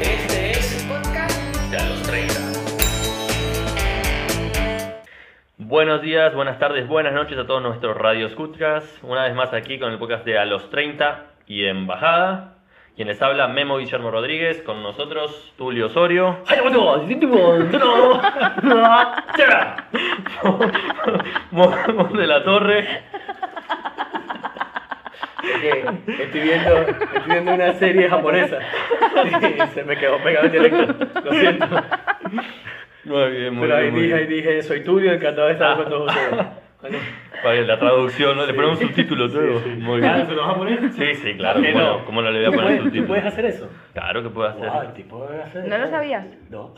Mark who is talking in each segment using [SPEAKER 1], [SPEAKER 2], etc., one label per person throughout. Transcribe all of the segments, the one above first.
[SPEAKER 1] Este es podcast de a los 30. Buenos días, buenas tardes, buenas noches a todos nuestros radio escuchas. Una vez más aquí con el podcast de A los 30 y Embajada. Quien les habla, Memo Guillermo Rodríguez, con nosotros, Tulio Osorio. Mon de la Torre.
[SPEAKER 2] Porque estoy viendo, estoy viendo una serie japonesa. Y se me quedó pegado el directo. Lo siento.
[SPEAKER 1] Muy bien, muy
[SPEAKER 2] Pero ahí
[SPEAKER 1] bien. muy
[SPEAKER 2] dije, ahí
[SPEAKER 1] bien.
[SPEAKER 2] dije, soy Tulio, encantado de estar con todos ustedes. Bueno,
[SPEAKER 1] Para la traducción, ¿no? Le ponemos subtítulos luego.
[SPEAKER 2] sí, sí.
[SPEAKER 1] Muy bien.
[SPEAKER 2] ¿se lo vas a poner?
[SPEAKER 1] Sí, sí, claro.
[SPEAKER 2] ¿Por qué
[SPEAKER 1] ¿Cómo
[SPEAKER 2] no?
[SPEAKER 1] no, cómo no le voy a poner
[SPEAKER 2] ¿Tú puedes
[SPEAKER 1] subtítulos?
[SPEAKER 2] hacer eso?
[SPEAKER 1] Claro que puedo hacer.
[SPEAKER 2] Wow, el tipo puede hacer
[SPEAKER 3] ¿No lo
[SPEAKER 2] eso.
[SPEAKER 3] sabías?
[SPEAKER 2] No.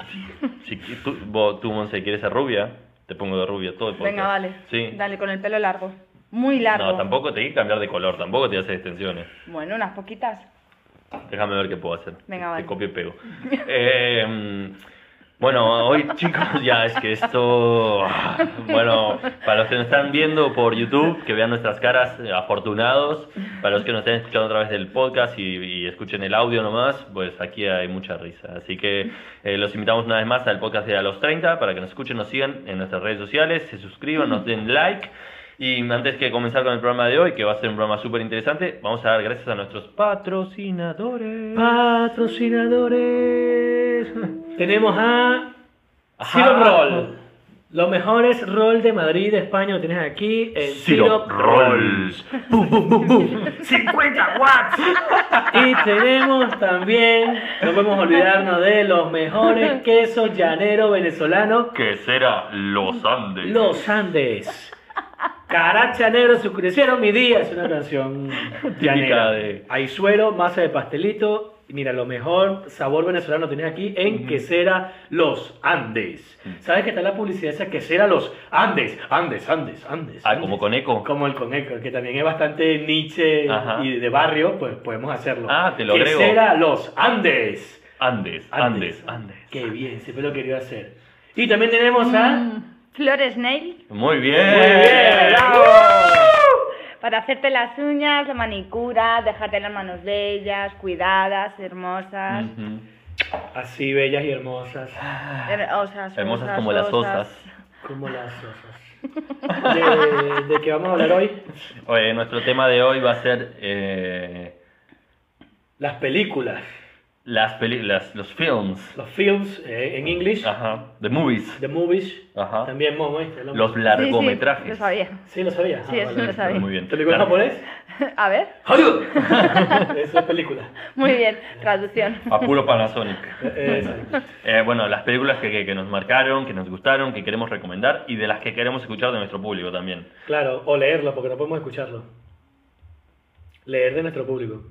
[SPEAKER 1] Si qui- tú, vos, tú, Monse, quieres ser rubia, te pongo de rubia todo el podcast.
[SPEAKER 3] Venga, vale.
[SPEAKER 1] Sí.
[SPEAKER 3] Dale, con el pelo largo. Muy largo.
[SPEAKER 1] No, tampoco te hay que cambiar de color, tampoco te haces extensiones.
[SPEAKER 3] Bueno, unas poquitas.
[SPEAKER 1] Déjame ver qué puedo hacer.
[SPEAKER 3] Venga,
[SPEAKER 1] Te-
[SPEAKER 3] vale.
[SPEAKER 1] Te copio y pego. Eh, mm, bueno, hoy chicos, ya es que esto... Bueno, para los que nos están viendo por YouTube, que vean nuestras caras eh, afortunados. Para los que nos estén escuchando a través del podcast y, y escuchen el audio nomás, pues aquí hay mucha risa. Así que eh, los invitamos una vez más al podcast de A los 30 para que nos escuchen, nos sigan en nuestras redes sociales, se suscriban, nos den like. Y antes que comenzar con el programa de hoy, que va a ser un programa súper interesante, vamos a dar gracias a nuestros patrocinadores.
[SPEAKER 2] Patrocinadores. Tenemos a
[SPEAKER 1] Ajá.
[SPEAKER 2] Ciro Roll. Los mejores roll de Madrid, de España, lo tienes aquí. en
[SPEAKER 1] Syrup Rolls. Pum, pum, pum, pum.
[SPEAKER 2] 50 watts. Y tenemos también, no podemos olvidarnos de los mejores quesos llaneros venezolanos,
[SPEAKER 1] que será Los Andes.
[SPEAKER 2] los Andes. Caracha negro, se oscurecieron mi día, es una canción llanera.
[SPEAKER 1] de-
[SPEAKER 2] Hay suero, masa de pastelito. y Mira, lo mejor sabor venezolano tenés aquí en Quesera Los Andes. ¿Sabes que está la publicidad esa Quesera Los Andes? Andes, Andes, Andes.
[SPEAKER 1] Ah,
[SPEAKER 2] Andes?
[SPEAKER 1] como con eco.
[SPEAKER 2] Como el Coneco, que también es bastante niche
[SPEAKER 1] Ajá.
[SPEAKER 2] y de barrio, pues podemos hacerlo.
[SPEAKER 1] Ah, te lo agrego.
[SPEAKER 2] Quesera Los Andes.
[SPEAKER 1] Andes, Andes, Andes.
[SPEAKER 2] Qué bien, siempre lo quería hacer. Y también tenemos a...
[SPEAKER 3] Mm, Flor Snail.
[SPEAKER 1] Muy bien.
[SPEAKER 2] Muy bien, bravo.
[SPEAKER 1] ¡Uh!
[SPEAKER 3] Para hacerte las uñas, la manicura, dejarte las manos bellas, cuidadas, hermosas.
[SPEAKER 1] Ujú.
[SPEAKER 2] Así bellas y hermosas,
[SPEAKER 3] her- osas,
[SPEAKER 1] Hermosas
[SPEAKER 3] osas,
[SPEAKER 1] como las osas.
[SPEAKER 2] como las osas. ¿De, de qué vamos a hablar hoy?
[SPEAKER 1] Oye, nuestro tema de hoy va a ser eh,
[SPEAKER 2] Las películas,
[SPEAKER 1] las películas, los films.
[SPEAKER 2] los films eh, en inglés,
[SPEAKER 1] Ajá. The movies.
[SPEAKER 2] the movies,
[SPEAKER 1] Ajá.
[SPEAKER 2] también Momo, ¿viste? Lo-
[SPEAKER 1] Ah. Los
[SPEAKER 3] Sí, sí,
[SPEAKER 1] largometrajes.
[SPEAKER 3] lo sabía.
[SPEAKER 2] Sí, lo sabía. Ah,
[SPEAKER 3] Sí, eso lo sabía.
[SPEAKER 1] Muy bien.
[SPEAKER 2] ¿Película
[SPEAKER 1] Claro.
[SPEAKER 2] japonés?
[SPEAKER 3] A ver,
[SPEAKER 2] ¡Hollywood! Eso es película.
[SPEAKER 3] muy bien, traducción.
[SPEAKER 1] A puro Panasonic.
[SPEAKER 2] Eh, exacto.
[SPEAKER 1] Eh, bueno, las películas que, que- que nos marcaron, que nos gustaron, que queremos recomendar y de las que queremos escuchar de nuestro público también.
[SPEAKER 2] Claro, o leerlo, porque no podemos escucharlo. Leer de nuestro público.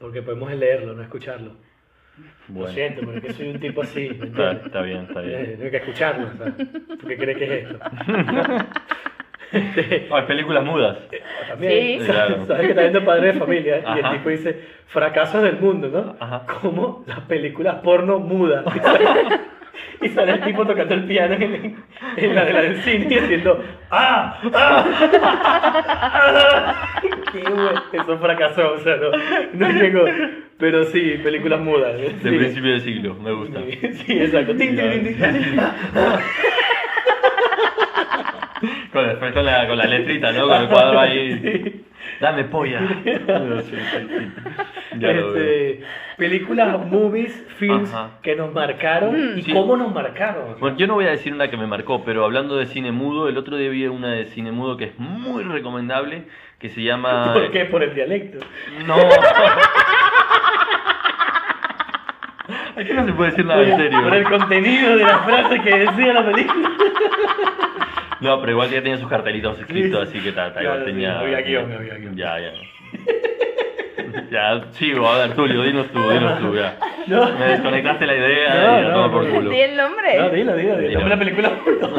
[SPEAKER 2] Porque podemos leerlo, no escucharlo. Lo
[SPEAKER 1] Bueno,
[SPEAKER 2] siento, porque soy un tipo así. ¿me
[SPEAKER 1] está,
[SPEAKER 2] entiendes?
[SPEAKER 1] está bien, está
[SPEAKER 2] Eh,
[SPEAKER 1] bien.
[SPEAKER 2] Tengo que escucharlo. ¿sabes? ¿Tú qué crees que es esto? Este,
[SPEAKER 1] Hay películas mudas.
[SPEAKER 2] Pues también,
[SPEAKER 3] Sí.
[SPEAKER 1] Claro.
[SPEAKER 2] ¿sabes que está viendo Padre de Familia? Y
[SPEAKER 1] Ajá.
[SPEAKER 2] el tipo dice, fracasos del mundo, ¿no?
[SPEAKER 1] Ajá.
[SPEAKER 2] Como las películas porno mudas. Y sale el tipo tocando el piano en, el- en la de la del cine y haciendo ¡Ah! ¡Ah! ¡Ah! Qué bueno. Eso fracasó, o sea, no, no llegó. Pero sí, películas mudas.
[SPEAKER 1] De
[SPEAKER 2] Sí,
[SPEAKER 1] principio de siglo, me gusta.
[SPEAKER 2] sí exacto. Tin, tin, tin, tin.
[SPEAKER 1] Con, el- con la, con la letrita, ¿no? Con el cuadro ahí.
[SPEAKER 2] Sí.
[SPEAKER 1] Dame polla. Sí, sí, sí. Ya lo veo.
[SPEAKER 2] Este, películas, movies, films
[SPEAKER 1] Ajá. Mm.
[SPEAKER 2] que nos marcaron y
[SPEAKER 1] Sí.
[SPEAKER 2] cómo nos marcaron.
[SPEAKER 1] Bueno, yo no voy a decir una que me marcó, pero hablando de cine mudo, el otro día vi una de cine mudo que es muy recomendable, que se llama...
[SPEAKER 2] ¿Por qué? Por el dialecto.
[SPEAKER 1] No. Aquí no se puede decir nada Ah, en
[SPEAKER 2] Por el
[SPEAKER 1] serio.
[SPEAKER 2] contenido de las frases que decía la película.
[SPEAKER 1] No, pero igual ya tenía sus cartelitos escritos, así que ta, ta, igual
[SPEAKER 2] Claro, sí,
[SPEAKER 1] tenía.
[SPEAKER 2] había guión, había guión.
[SPEAKER 1] Ya, ya. Ya, chivo, a ver, Tulio, dinos tú, dinos tú, ya.
[SPEAKER 2] No.
[SPEAKER 1] Me desconectaste la idea
[SPEAKER 2] No,
[SPEAKER 1] y la
[SPEAKER 2] no,
[SPEAKER 1] toma por
[SPEAKER 2] no.
[SPEAKER 1] culo.
[SPEAKER 3] Di el nombre.
[SPEAKER 2] No, dilo, dilo, dilo.
[SPEAKER 1] Dilo.
[SPEAKER 2] La película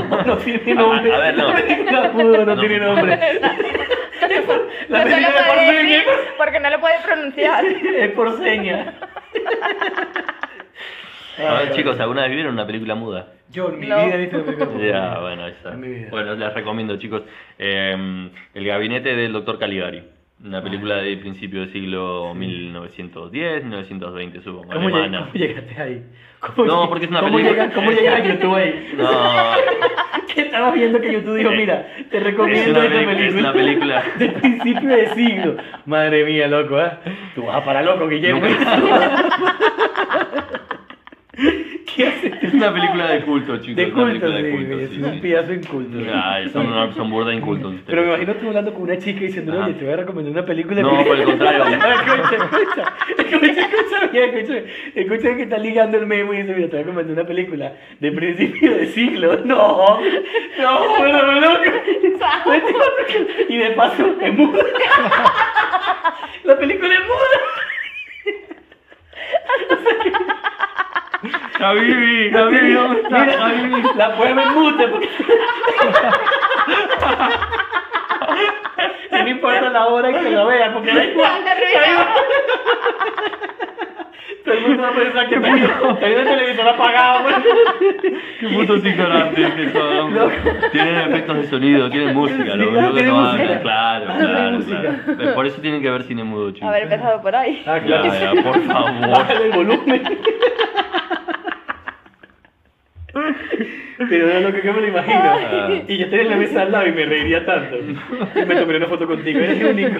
[SPEAKER 2] no, no tiene nombre.
[SPEAKER 1] A- a ver, no.
[SPEAKER 2] La película pudo, no,
[SPEAKER 1] No.
[SPEAKER 2] tiene nombre. La
[SPEAKER 3] No se
[SPEAKER 2] película es por
[SPEAKER 3] lo puede decir
[SPEAKER 2] señas.
[SPEAKER 3] porque no lo puede pronunciar.
[SPEAKER 2] Es por seña.
[SPEAKER 1] A ver, chicos, ¿alguna vez vieron una película muda?
[SPEAKER 2] Yo en mi
[SPEAKER 3] No.
[SPEAKER 2] vida he visto la película. por
[SPEAKER 1] Ya,
[SPEAKER 2] señas.
[SPEAKER 1] bueno, ahí está.
[SPEAKER 2] En mi vida.
[SPEAKER 1] Em, Bueno, les recomiendo, chicos. eh, el gabinete del doctor Caligari.
[SPEAKER 2] Ah.
[SPEAKER 1] Una película de principio del siglo 1910, 1920, supongo,
[SPEAKER 2] ¿Cómo, lleg-
[SPEAKER 1] alemana.
[SPEAKER 2] cómo llegaste ahí? ¿Cómo
[SPEAKER 1] No,
[SPEAKER 2] lleg-
[SPEAKER 1] porque es una
[SPEAKER 2] ¿cómo
[SPEAKER 1] película.
[SPEAKER 2] llegas- ¿Cómo llegas a YouTube ahí?
[SPEAKER 1] No,
[SPEAKER 2] ¿Qué estabas viendo que YouTube dijo, mira, te recomiendo
[SPEAKER 1] una
[SPEAKER 2] esta
[SPEAKER 1] pelic-
[SPEAKER 2] película?
[SPEAKER 1] es una película.
[SPEAKER 2] De principio de siglo. Madre mía, loco, ¿eh? Tú vas para loco, Guillermo. ¿Qué haces?
[SPEAKER 1] es una película de culto, chicos.
[SPEAKER 2] De
[SPEAKER 1] es una
[SPEAKER 2] culto,
[SPEAKER 1] película
[SPEAKER 2] sí,
[SPEAKER 1] de culto,
[SPEAKER 2] es
[SPEAKER 1] sí,
[SPEAKER 2] un
[SPEAKER 1] sí.
[SPEAKER 2] pedazo inculto.
[SPEAKER 1] Ay, son, una- son burda de incultos. ustedes.
[SPEAKER 2] Pero me imagino tú hablando con una chica diciendo,
[SPEAKER 1] Ajá.
[SPEAKER 2] oye, te voy a recomendar una película.
[SPEAKER 1] No, por el contrario.
[SPEAKER 2] escucha, escucha, escucha, escucha, bien, escucha, escucha que está ligando el memo y dice, mira, te voy a recomendar una película de principio de siglo. No, no, bueno, loco. Y de paso, es muda. La película es muda.
[SPEAKER 1] Habibi, Habibi, ¿dónde estás?
[SPEAKER 2] Mira,
[SPEAKER 1] Habibi?
[SPEAKER 2] La puedes ver mute pues. porque... Y No importa la hora en que la veas, porque da igual. Todo el mundo va a pensar que me Hay una pues. televisor apagado,
[SPEAKER 1] Qué putos ignorantes que son.
[SPEAKER 2] Loco.
[SPEAKER 1] Tienen efectos de sonido, tienen música,
[SPEAKER 2] Sí,
[SPEAKER 1] lo
[SPEAKER 2] ah,
[SPEAKER 1] único que
[SPEAKER 2] tienen
[SPEAKER 1] no
[SPEAKER 2] música.
[SPEAKER 1] hablan. Claro,
[SPEAKER 2] Ah, tienen
[SPEAKER 1] claro,
[SPEAKER 2] música.
[SPEAKER 1] claro. Por eso tienen que ver cine mudo, chicos.
[SPEAKER 3] Haber empezado por ahí.
[SPEAKER 2] Ah,
[SPEAKER 1] Ya, ya, por favor.
[SPEAKER 2] Bájale el volumen. Pero no lo que yo me lo imagino.
[SPEAKER 1] Ah.
[SPEAKER 2] Y yo estaría en la mesa al lado y me reiría tanto. Y me tomaría una foto contigo, eres único.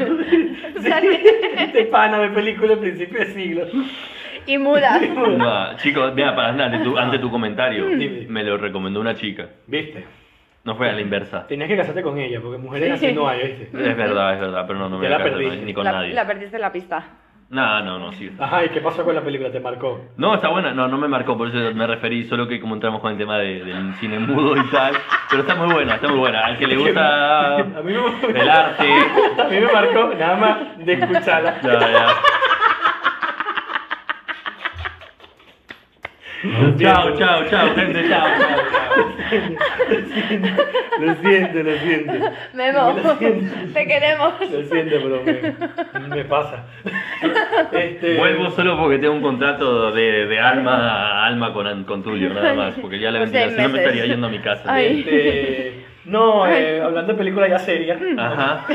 [SPEAKER 2] Este pana de película de principio de siglo.
[SPEAKER 3] Y muda.
[SPEAKER 1] No, chicos, mira, para nada, ante tu, ante tu comentario,
[SPEAKER 2] Dime.
[SPEAKER 1] me lo recomendó una chica.
[SPEAKER 2] ¿Viste?
[SPEAKER 1] No fue a la inversa.
[SPEAKER 2] Tenías que casarte con ella, porque mujeres
[SPEAKER 3] Sí.
[SPEAKER 2] así no hay, ¿viste?
[SPEAKER 1] Es verdad, es verdad, pero no, no me
[SPEAKER 2] Te la
[SPEAKER 1] caso, no,
[SPEAKER 2] perdiste.
[SPEAKER 1] ni con
[SPEAKER 3] La,
[SPEAKER 1] nadie.
[SPEAKER 3] la perdiste en la pista.
[SPEAKER 1] No, no, no, sí.
[SPEAKER 2] Ajá, ¿y qué pasó con la película? ¿Te marcó?
[SPEAKER 1] No, está buena, no, no me marcó, por eso me referí, solo que como entramos con el tema de- del cine mudo y tal, pero está muy buena, está muy buena. Al que le gusta
[SPEAKER 2] Ah, A mí me,
[SPEAKER 1] el arte,
[SPEAKER 2] a mí me marcó nada más de escucharla.
[SPEAKER 1] ya, ya. Chao, chao, chao, gente, chao, chao, chao.
[SPEAKER 2] Lo siento, lo siento.
[SPEAKER 3] Memo, te queremos.
[SPEAKER 2] Lo siento, pero me, me pasa. Este,
[SPEAKER 1] Vuelvo solo porque tengo un contrato de, de alma a alma con, con Tulio, nada más, porque ya la
[SPEAKER 3] Por
[SPEAKER 1] vendida,
[SPEAKER 3] seis
[SPEAKER 1] si no me
[SPEAKER 3] meses.
[SPEAKER 1] estaría yendo a mi casa.
[SPEAKER 3] Ay.
[SPEAKER 2] Este, no, eh, hablando de películas ya serias.
[SPEAKER 1] Ajá,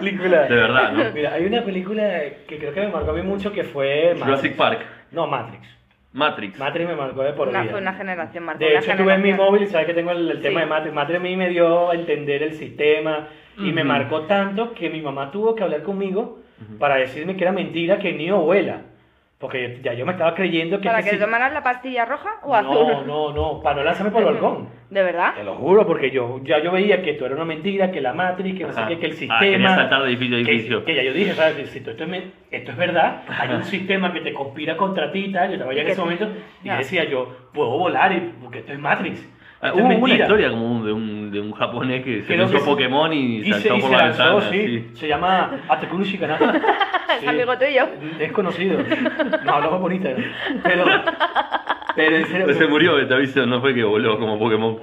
[SPEAKER 2] Película.
[SPEAKER 1] de verdad, ¿no?
[SPEAKER 2] Mira, hay una película que creo que me marcó a mí mucho que fue
[SPEAKER 1] Jurassic
[SPEAKER 2] Matrix.
[SPEAKER 1] Park,
[SPEAKER 2] No, Matrix.
[SPEAKER 1] Matrix.
[SPEAKER 2] Matrix me marcó de por vida.
[SPEAKER 3] Una, fue una generación, Marco.
[SPEAKER 2] De
[SPEAKER 3] una
[SPEAKER 2] hecho, tuve en mi
[SPEAKER 3] generación.
[SPEAKER 2] móvil, sabes que tengo el, el
[SPEAKER 3] Sí.
[SPEAKER 2] tema de Matrix. Matrix a mí me dio a entender el sistema y me
[SPEAKER 1] Ujú.
[SPEAKER 2] marcó tanto que mi mamá tuvo que hablar conmigo para decirme que era mentira que ni abuela. Porque ya yo me estaba creyendo que...
[SPEAKER 3] ¿Para
[SPEAKER 2] este
[SPEAKER 3] que
[SPEAKER 2] sí-
[SPEAKER 3] tomaras la pastilla roja o azul?
[SPEAKER 2] No, no, no, para no lanzarme por el balcón.
[SPEAKER 3] ¿De verdad?
[SPEAKER 2] Te lo juro, porque yo ya yo veía que esto era una mentira, que la Matrix, que no sé
[SPEAKER 1] Ajá.
[SPEAKER 2] qué, que el
[SPEAKER 1] Ah, quería
[SPEAKER 2] sistema...
[SPEAKER 1] saltar de edificio a
[SPEAKER 2] que,
[SPEAKER 1] edificio.
[SPEAKER 2] que ya yo dije, ¿sabes? Si esto, esto es, men- esto es verdad, hay un sistema que te conspira contra ti y tal. Yo estaba ya en
[SPEAKER 3] Que-
[SPEAKER 2] ese momento y
[SPEAKER 3] ya.
[SPEAKER 2] decía yo, puedo volar y, porque esto es Matrix.
[SPEAKER 1] Ah,
[SPEAKER 2] esto es
[SPEAKER 1] Hubo una
[SPEAKER 2] mentira.
[SPEAKER 1] historia como un- de, un, de un japonés que se
[SPEAKER 2] Creo
[SPEAKER 1] lanzó
[SPEAKER 2] que sí.
[SPEAKER 1] Pokémon y
[SPEAKER 2] Y se,
[SPEAKER 1] saltó
[SPEAKER 2] y
[SPEAKER 1] por
[SPEAKER 2] se
[SPEAKER 1] la
[SPEAKER 2] lanzó,
[SPEAKER 1] ventana.
[SPEAKER 2] sí.
[SPEAKER 1] sí.
[SPEAKER 2] Se llama Atakuru Shikanaka. Eh,
[SPEAKER 3] Es amigo tuyo.
[SPEAKER 2] Es conocido. No, hablamos por Instagram. Pero, pero en
[SPEAKER 1] Pero
[SPEAKER 2] serio.
[SPEAKER 1] Pues se murió, te aviso, no fue que voló como Pokémon.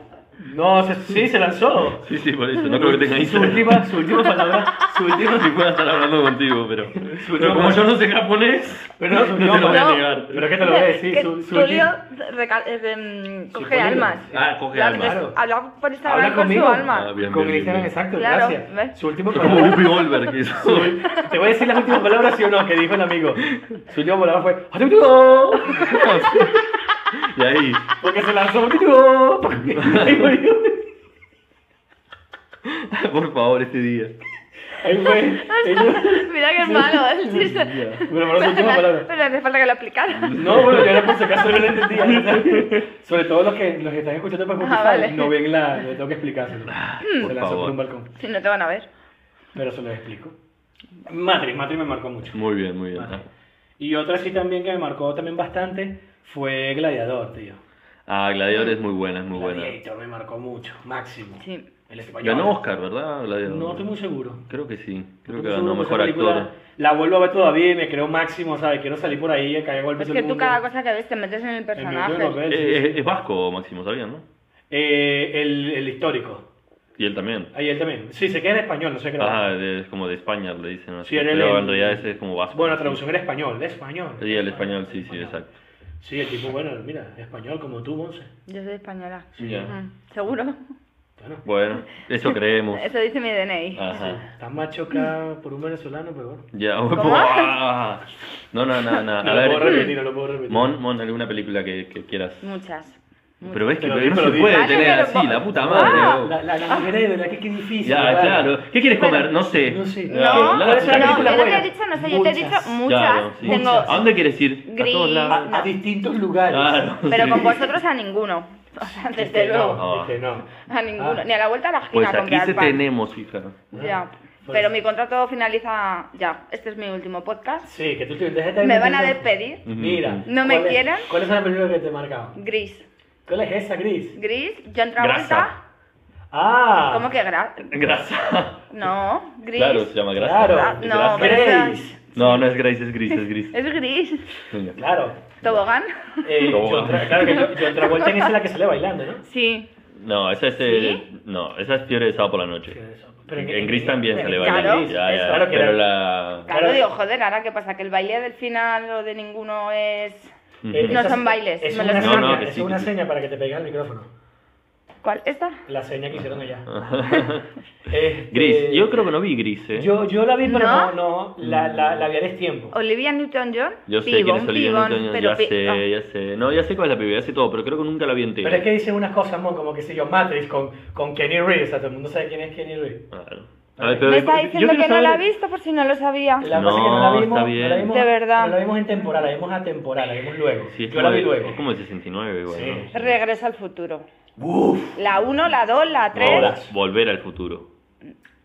[SPEAKER 2] No, se- sí, se lanzó.
[SPEAKER 1] Sí, sí, por eso, no creo que tenga
[SPEAKER 2] su
[SPEAKER 1] Instagram.
[SPEAKER 2] última, su última palabra. Su última.
[SPEAKER 1] Si pueda estar hablando contigo, pero, pero
[SPEAKER 2] última-
[SPEAKER 1] como yo no sé japonés,
[SPEAKER 2] Pero no, su
[SPEAKER 1] no te lo voy a
[SPEAKER 3] no.
[SPEAKER 1] negar.
[SPEAKER 2] Pero qué te lo voy a decir.
[SPEAKER 3] Que
[SPEAKER 2] Su, su
[SPEAKER 3] Tulio
[SPEAKER 2] última-
[SPEAKER 3] reca- eh, em, coge
[SPEAKER 2] Tulio.
[SPEAKER 3] almas.
[SPEAKER 1] Ah, coge
[SPEAKER 3] Claro,
[SPEAKER 1] almas.
[SPEAKER 3] que Habla por Instagram
[SPEAKER 2] Habla
[SPEAKER 3] con
[SPEAKER 2] conmigo.
[SPEAKER 3] su alma.
[SPEAKER 1] Ah, bien,
[SPEAKER 2] con
[SPEAKER 1] bien,
[SPEAKER 2] el Instagram,
[SPEAKER 1] bien.
[SPEAKER 2] exacto,
[SPEAKER 3] Claro,
[SPEAKER 2] gracias.
[SPEAKER 3] ¿ves?
[SPEAKER 2] Su última
[SPEAKER 1] Como
[SPEAKER 2] palabra.
[SPEAKER 1] Whoopi Goldberg, que hizo-
[SPEAKER 2] Te voy a decir las últimas palabras, sí o no, que dijo el amigo. Su última palabra fue.
[SPEAKER 1] Y ahí,
[SPEAKER 2] Porque se lanzó. Y murió.
[SPEAKER 1] por favor, este día.
[SPEAKER 2] Ahí fue. Ellos-
[SPEAKER 3] Mira qué malo el chiste.
[SPEAKER 2] Bueno, pero su última palabra.
[SPEAKER 3] Pero hace falta que lo explicara.
[SPEAKER 2] No, bueno, yo era por si acaso no lo entendía. Sobre todo los que, los que están escuchando por Spotify
[SPEAKER 3] Ah, vale. Mm.
[SPEAKER 2] no ven la. No tengo que explicárselo.
[SPEAKER 1] por
[SPEAKER 2] se lanzó
[SPEAKER 1] favor.
[SPEAKER 2] por un balcón.
[SPEAKER 3] Si no te van a ver.
[SPEAKER 2] Pero se los explico. Matrix, Matrix me marcó mucho.
[SPEAKER 1] Muy bien, muy bien.
[SPEAKER 2] Matrix. Y otra sí también que me marcó también bastante fue Gladiador, tío.
[SPEAKER 1] Ah, Gladiador es muy buena, es muy buena.
[SPEAKER 2] Gladiator me marcó mucho, máximo.
[SPEAKER 3] Sí.
[SPEAKER 2] El español.
[SPEAKER 1] Ganó Oscar, ¿verdad? Gladiador.
[SPEAKER 2] No estoy muy seguro.
[SPEAKER 1] Creo que sí. Creo que
[SPEAKER 2] Estoy muy
[SPEAKER 1] ganó
[SPEAKER 2] seguro,
[SPEAKER 1] mejor
[SPEAKER 2] esa película
[SPEAKER 1] actor.
[SPEAKER 2] La vuelvo a ver todavía y me creo máximo, ¿sabes? Quiero salir por ahí y caer golpes
[SPEAKER 3] Es
[SPEAKER 2] todo
[SPEAKER 3] que
[SPEAKER 2] el
[SPEAKER 3] tú
[SPEAKER 2] mundo.
[SPEAKER 3] cada cosa que ves te metes en el
[SPEAKER 2] Me meto en los
[SPEAKER 3] personaje.
[SPEAKER 1] Eh,
[SPEAKER 2] versos.
[SPEAKER 1] eh, es vasco, Máximo, ¿sabían, no?
[SPEAKER 2] Eh, el, el histórico.
[SPEAKER 1] Y él también.
[SPEAKER 2] Ahí él también. Sí, se queda en español, no sé qué.
[SPEAKER 1] Ah, de- es como de España, le dicen. así,
[SPEAKER 2] Sí, en el-
[SPEAKER 1] pero en realidad ese es como vasco.
[SPEAKER 2] Bueno, la traducción era español, español.
[SPEAKER 1] Sí, el español, sí, sí, exacto.
[SPEAKER 2] Sí, el tipo, bueno, mira, español como tú, Monse.
[SPEAKER 3] Yo soy española.
[SPEAKER 1] Ya.
[SPEAKER 3] Mm, ¿Seguro?
[SPEAKER 2] Bueno,
[SPEAKER 1] Bueno, eso creemos.
[SPEAKER 3] Eso dice mi DNI.
[SPEAKER 2] Ah.
[SPEAKER 1] Ajá.
[SPEAKER 2] está más chocada por un venezolano, pero bueno.
[SPEAKER 1] Ya,
[SPEAKER 3] ¿Cómo?
[SPEAKER 1] buah. No, no, no, no.
[SPEAKER 2] No
[SPEAKER 1] A
[SPEAKER 2] lo puedo repetir,
[SPEAKER 1] ver,
[SPEAKER 2] no lo puedo repetir.
[SPEAKER 1] Mon, Mon, alguna película que, que quieras.
[SPEAKER 3] Muchas. muchas.
[SPEAKER 1] Pero ves que
[SPEAKER 2] Pero
[SPEAKER 1] pero
[SPEAKER 2] di,
[SPEAKER 1] no
[SPEAKER 2] pero
[SPEAKER 1] se
[SPEAKER 2] di.
[SPEAKER 1] puede
[SPEAKER 3] Vale,
[SPEAKER 1] tener
[SPEAKER 3] pero
[SPEAKER 1] así,
[SPEAKER 3] po-
[SPEAKER 1] la puta
[SPEAKER 3] Ah.
[SPEAKER 1] madre.
[SPEAKER 2] La,
[SPEAKER 1] vos.
[SPEAKER 2] la, la mujer de verdad que qué difícil.
[SPEAKER 1] Ya,
[SPEAKER 2] ¿verdad?
[SPEAKER 1] claro. ¿Qué quieres comer? No sé.
[SPEAKER 2] No sé.
[SPEAKER 1] Ya,
[SPEAKER 3] No,
[SPEAKER 1] la-
[SPEAKER 2] puede ser
[SPEAKER 3] pero
[SPEAKER 2] una
[SPEAKER 3] no,
[SPEAKER 2] película
[SPEAKER 3] yo no te
[SPEAKER 2] buena.
[SPEAKER 3] he dicho, no sé, yo te he dicho
[SPEAKER 2] Muchas.
[SPEAKER 3] muchas.
[SPEAKER 1] Claro, Ah, sí.
[SPEAKER 3] Tengo,
[SPEAKER 1] ¿A dónde quieres ir? A todos
[SPEAKER 3] Gris.
[SPEAKER 1] lados.
[SPEAKER 2] A, a distintos lugares.
[SPEAKER 1] Claro.
[SPEAKER 3] pero
[SPEAKER 1] sí.
[SPEAKER 3] con vosotros a ninguno. O sea,
[SPEAKER 2] Este,
[SPEAKER 3] desde luego.
[SPEAKER 1] Ah.
[SPEAKER 2] no, este, no.
[SPEAKER 3] A ninguno.
[SPEAKER 2] Ah.
[SPEAKER 3] Ni a la vuelta a la esquina
[SPEAKER 1] Pues
[SPEAKER 3] a
[SPEAKER 1] aquí
[SPEAKER 3] comprar
[SPEAKER 1] te
[SPEAKER 3] pan.
[SPEAKER 1] tenemos, hija.
[SPEAKER 3] Ya.
[SPEAKER 2] Pues-
[SPEAKER 3] Pero mi contrato finaliza ya. Este es mi último podcast.
[SPEAKER 2] Sí, que tú te dejas de-
[SPEAKER 3] Me van a despedir.
[SPEAKER 2] Mira.
[SPEAKER 3] No me
[SPEAKER 2] ¿cuál es-
[SPEAKER 3] quieran.
[SPEAKER 2] ¿Cuál es la película que te he marcado?
[SPEAKER 3] Gris.
[SPEAKER 2] ¿Cuál es esa, Gris?
[SPEAKER 3] Gris, John Travolta.
[SPEAKER 1] Grasa.
[SPEAKER 2] Ah.
[SPEAKER 3] ¿Cómo que gra?
[SPEAKER 1] Grasa.
[SPEAKER 3] No, gris.
[SPEAKER 1] Claro, se llama grasa.
[SPEAKER 2] Claro.
[SPEAKER 3] Ah, no,
[SPEAKER 1] Grasa.
[SPEAKER 3] pero
[SPEAKER 2] Grace.
[SPEAKER 1] No, no es Grace, es gris, es gris.
[SPEAKER 3] Es gris.
[SPEAKER 2] Claro.
[SPEAKER 3] ¿Tobogán?
[SPEAKER 2] Eh,
[SPEAKER 1] Todo
[SPEAKER 2] John Tra- claro que John- John Travolta en esa es la que sale bailando, ¿no?
[SPEAKER 3] Sí.
[SPEAKER 1] No, esa es
[SPEAKER 3] ¿Sí?
[SPEAKER 1] eh, no, esa es fiebre de sábado por la noche.
[SPEAKER 2] Pero
[SPEAKER 1] En gris también se le
[SPEAKER 3] Claro,
[SPEAKER 1] baila.
[SPEAKER 3] Gris,
[SPEAKER 1] ya, ya,
[SPEAKER 2] claro que
[SPEAKER 1] pero
[SPEAKER 2] era-
[SPEAKER 1] la
[SPEAKER 3] Claro,
[SPEAKER 2] Claro.
[SPEAKER 3] digo, joder, ahora qué pasa, que el baile del final o de ninguno es.
[SPEAKER 2] Eh,
[SPEAKER 1] Ujú.
[SPEAKER 3] no este-
[SPEAKER 2] esa-
[SPEAKER 3] son bailes,
[SPEAKER 2] Es
[SPEAKER 3] me lo
[SPEAKER 2] una,
[SPEAKER 3] sé.
[SPEAKER 2] seña,
[SPEAKER 1] No, no, que
[SPEAKER 2] es
[SPEAKER 1] sí,
[SPEAKER 2] una
[SPEAKER 1] que sí.
[SPEAKER 2] seña para que te pegues al micrófono.
[SPEAKER 3] ¿Cuál? ¿Esta?
[SPEAKER 2] La seña que hicieron allá. Este,
[SPEAKER 1] Gris. Yo creo que no vi gris, eh.
[SPEAKER 2] Yo, yo la vi, pero
[SPEAKER 3] ¿No?
[SPEAKER 2] no, no, la, la, la vi a tiempo.
[SPEAKER 3] Olivia Newton-John.
[SPEAKER 1] Yo sé quién
[SPEAKER 3] Pibón,
[SPEAKER 1] es Olivia
[SPEAKER 3] pibón,
[SPEAKER 1] Newton-John,
[SPEAKER 3] pero
[SPEAKER 1] ya
[SPEAKER 3] pi-
[SPEAKER 1] sé,
[SPEAKER 3] ah.
[SPEAKER 1] ya sé. No, ya sé cuál es la piba, ya sé todo, pero creo que nunca la vi entera.
[SPEAKER 2] Pero es que dicen unas cosas, mon, como que sé yo, Matrix con, con Kenny Reeves. O sea, todo el mundo sabe quién es Kenny Reeves.
[SPEAKER 1] Claro. A ver, pero-
[SPEAKER 3] Me está
[SPEAKER 1] yo
[SPEAKER 3] diciendo
[SPEAKER 1] quiero
[SPEAKER 3] que no la ha
[SPEAKER 1] saber-
[SPEAKER 3] visto por si no lo sabía.
[SPEAKER 2] La
[SPEAKER 1] No,
[SPEAKER 2] cosa es que no la vimos,
[SPEAKER 1] está
[SPEAKER 2] No la
[SPEAKER 1] bien.
[SPEAKER 2] vimos,
[SPEAKER 3] De verdad.
[SPEAKER 2] No la vimos en temporada, la vimos atemporal, la vimos luego.
[SPEAKER 1] Sí, es
[SPEAKER 2] yo la vi
[SPEAKER 1] como-
[SPEAKER 2] luego.
[SPEAKER 1] Es como el 69, igual.
[SPEAKER 2] Sí.
[SPEAKER 1] ¿no?
[SPEAKER 3] Regresa al futuro.
[SPEAKER 2] Uf,
[SPEAKER 3] La 1, la 2, la 3.
[SPEAKER 1] Vol- volver al futuro.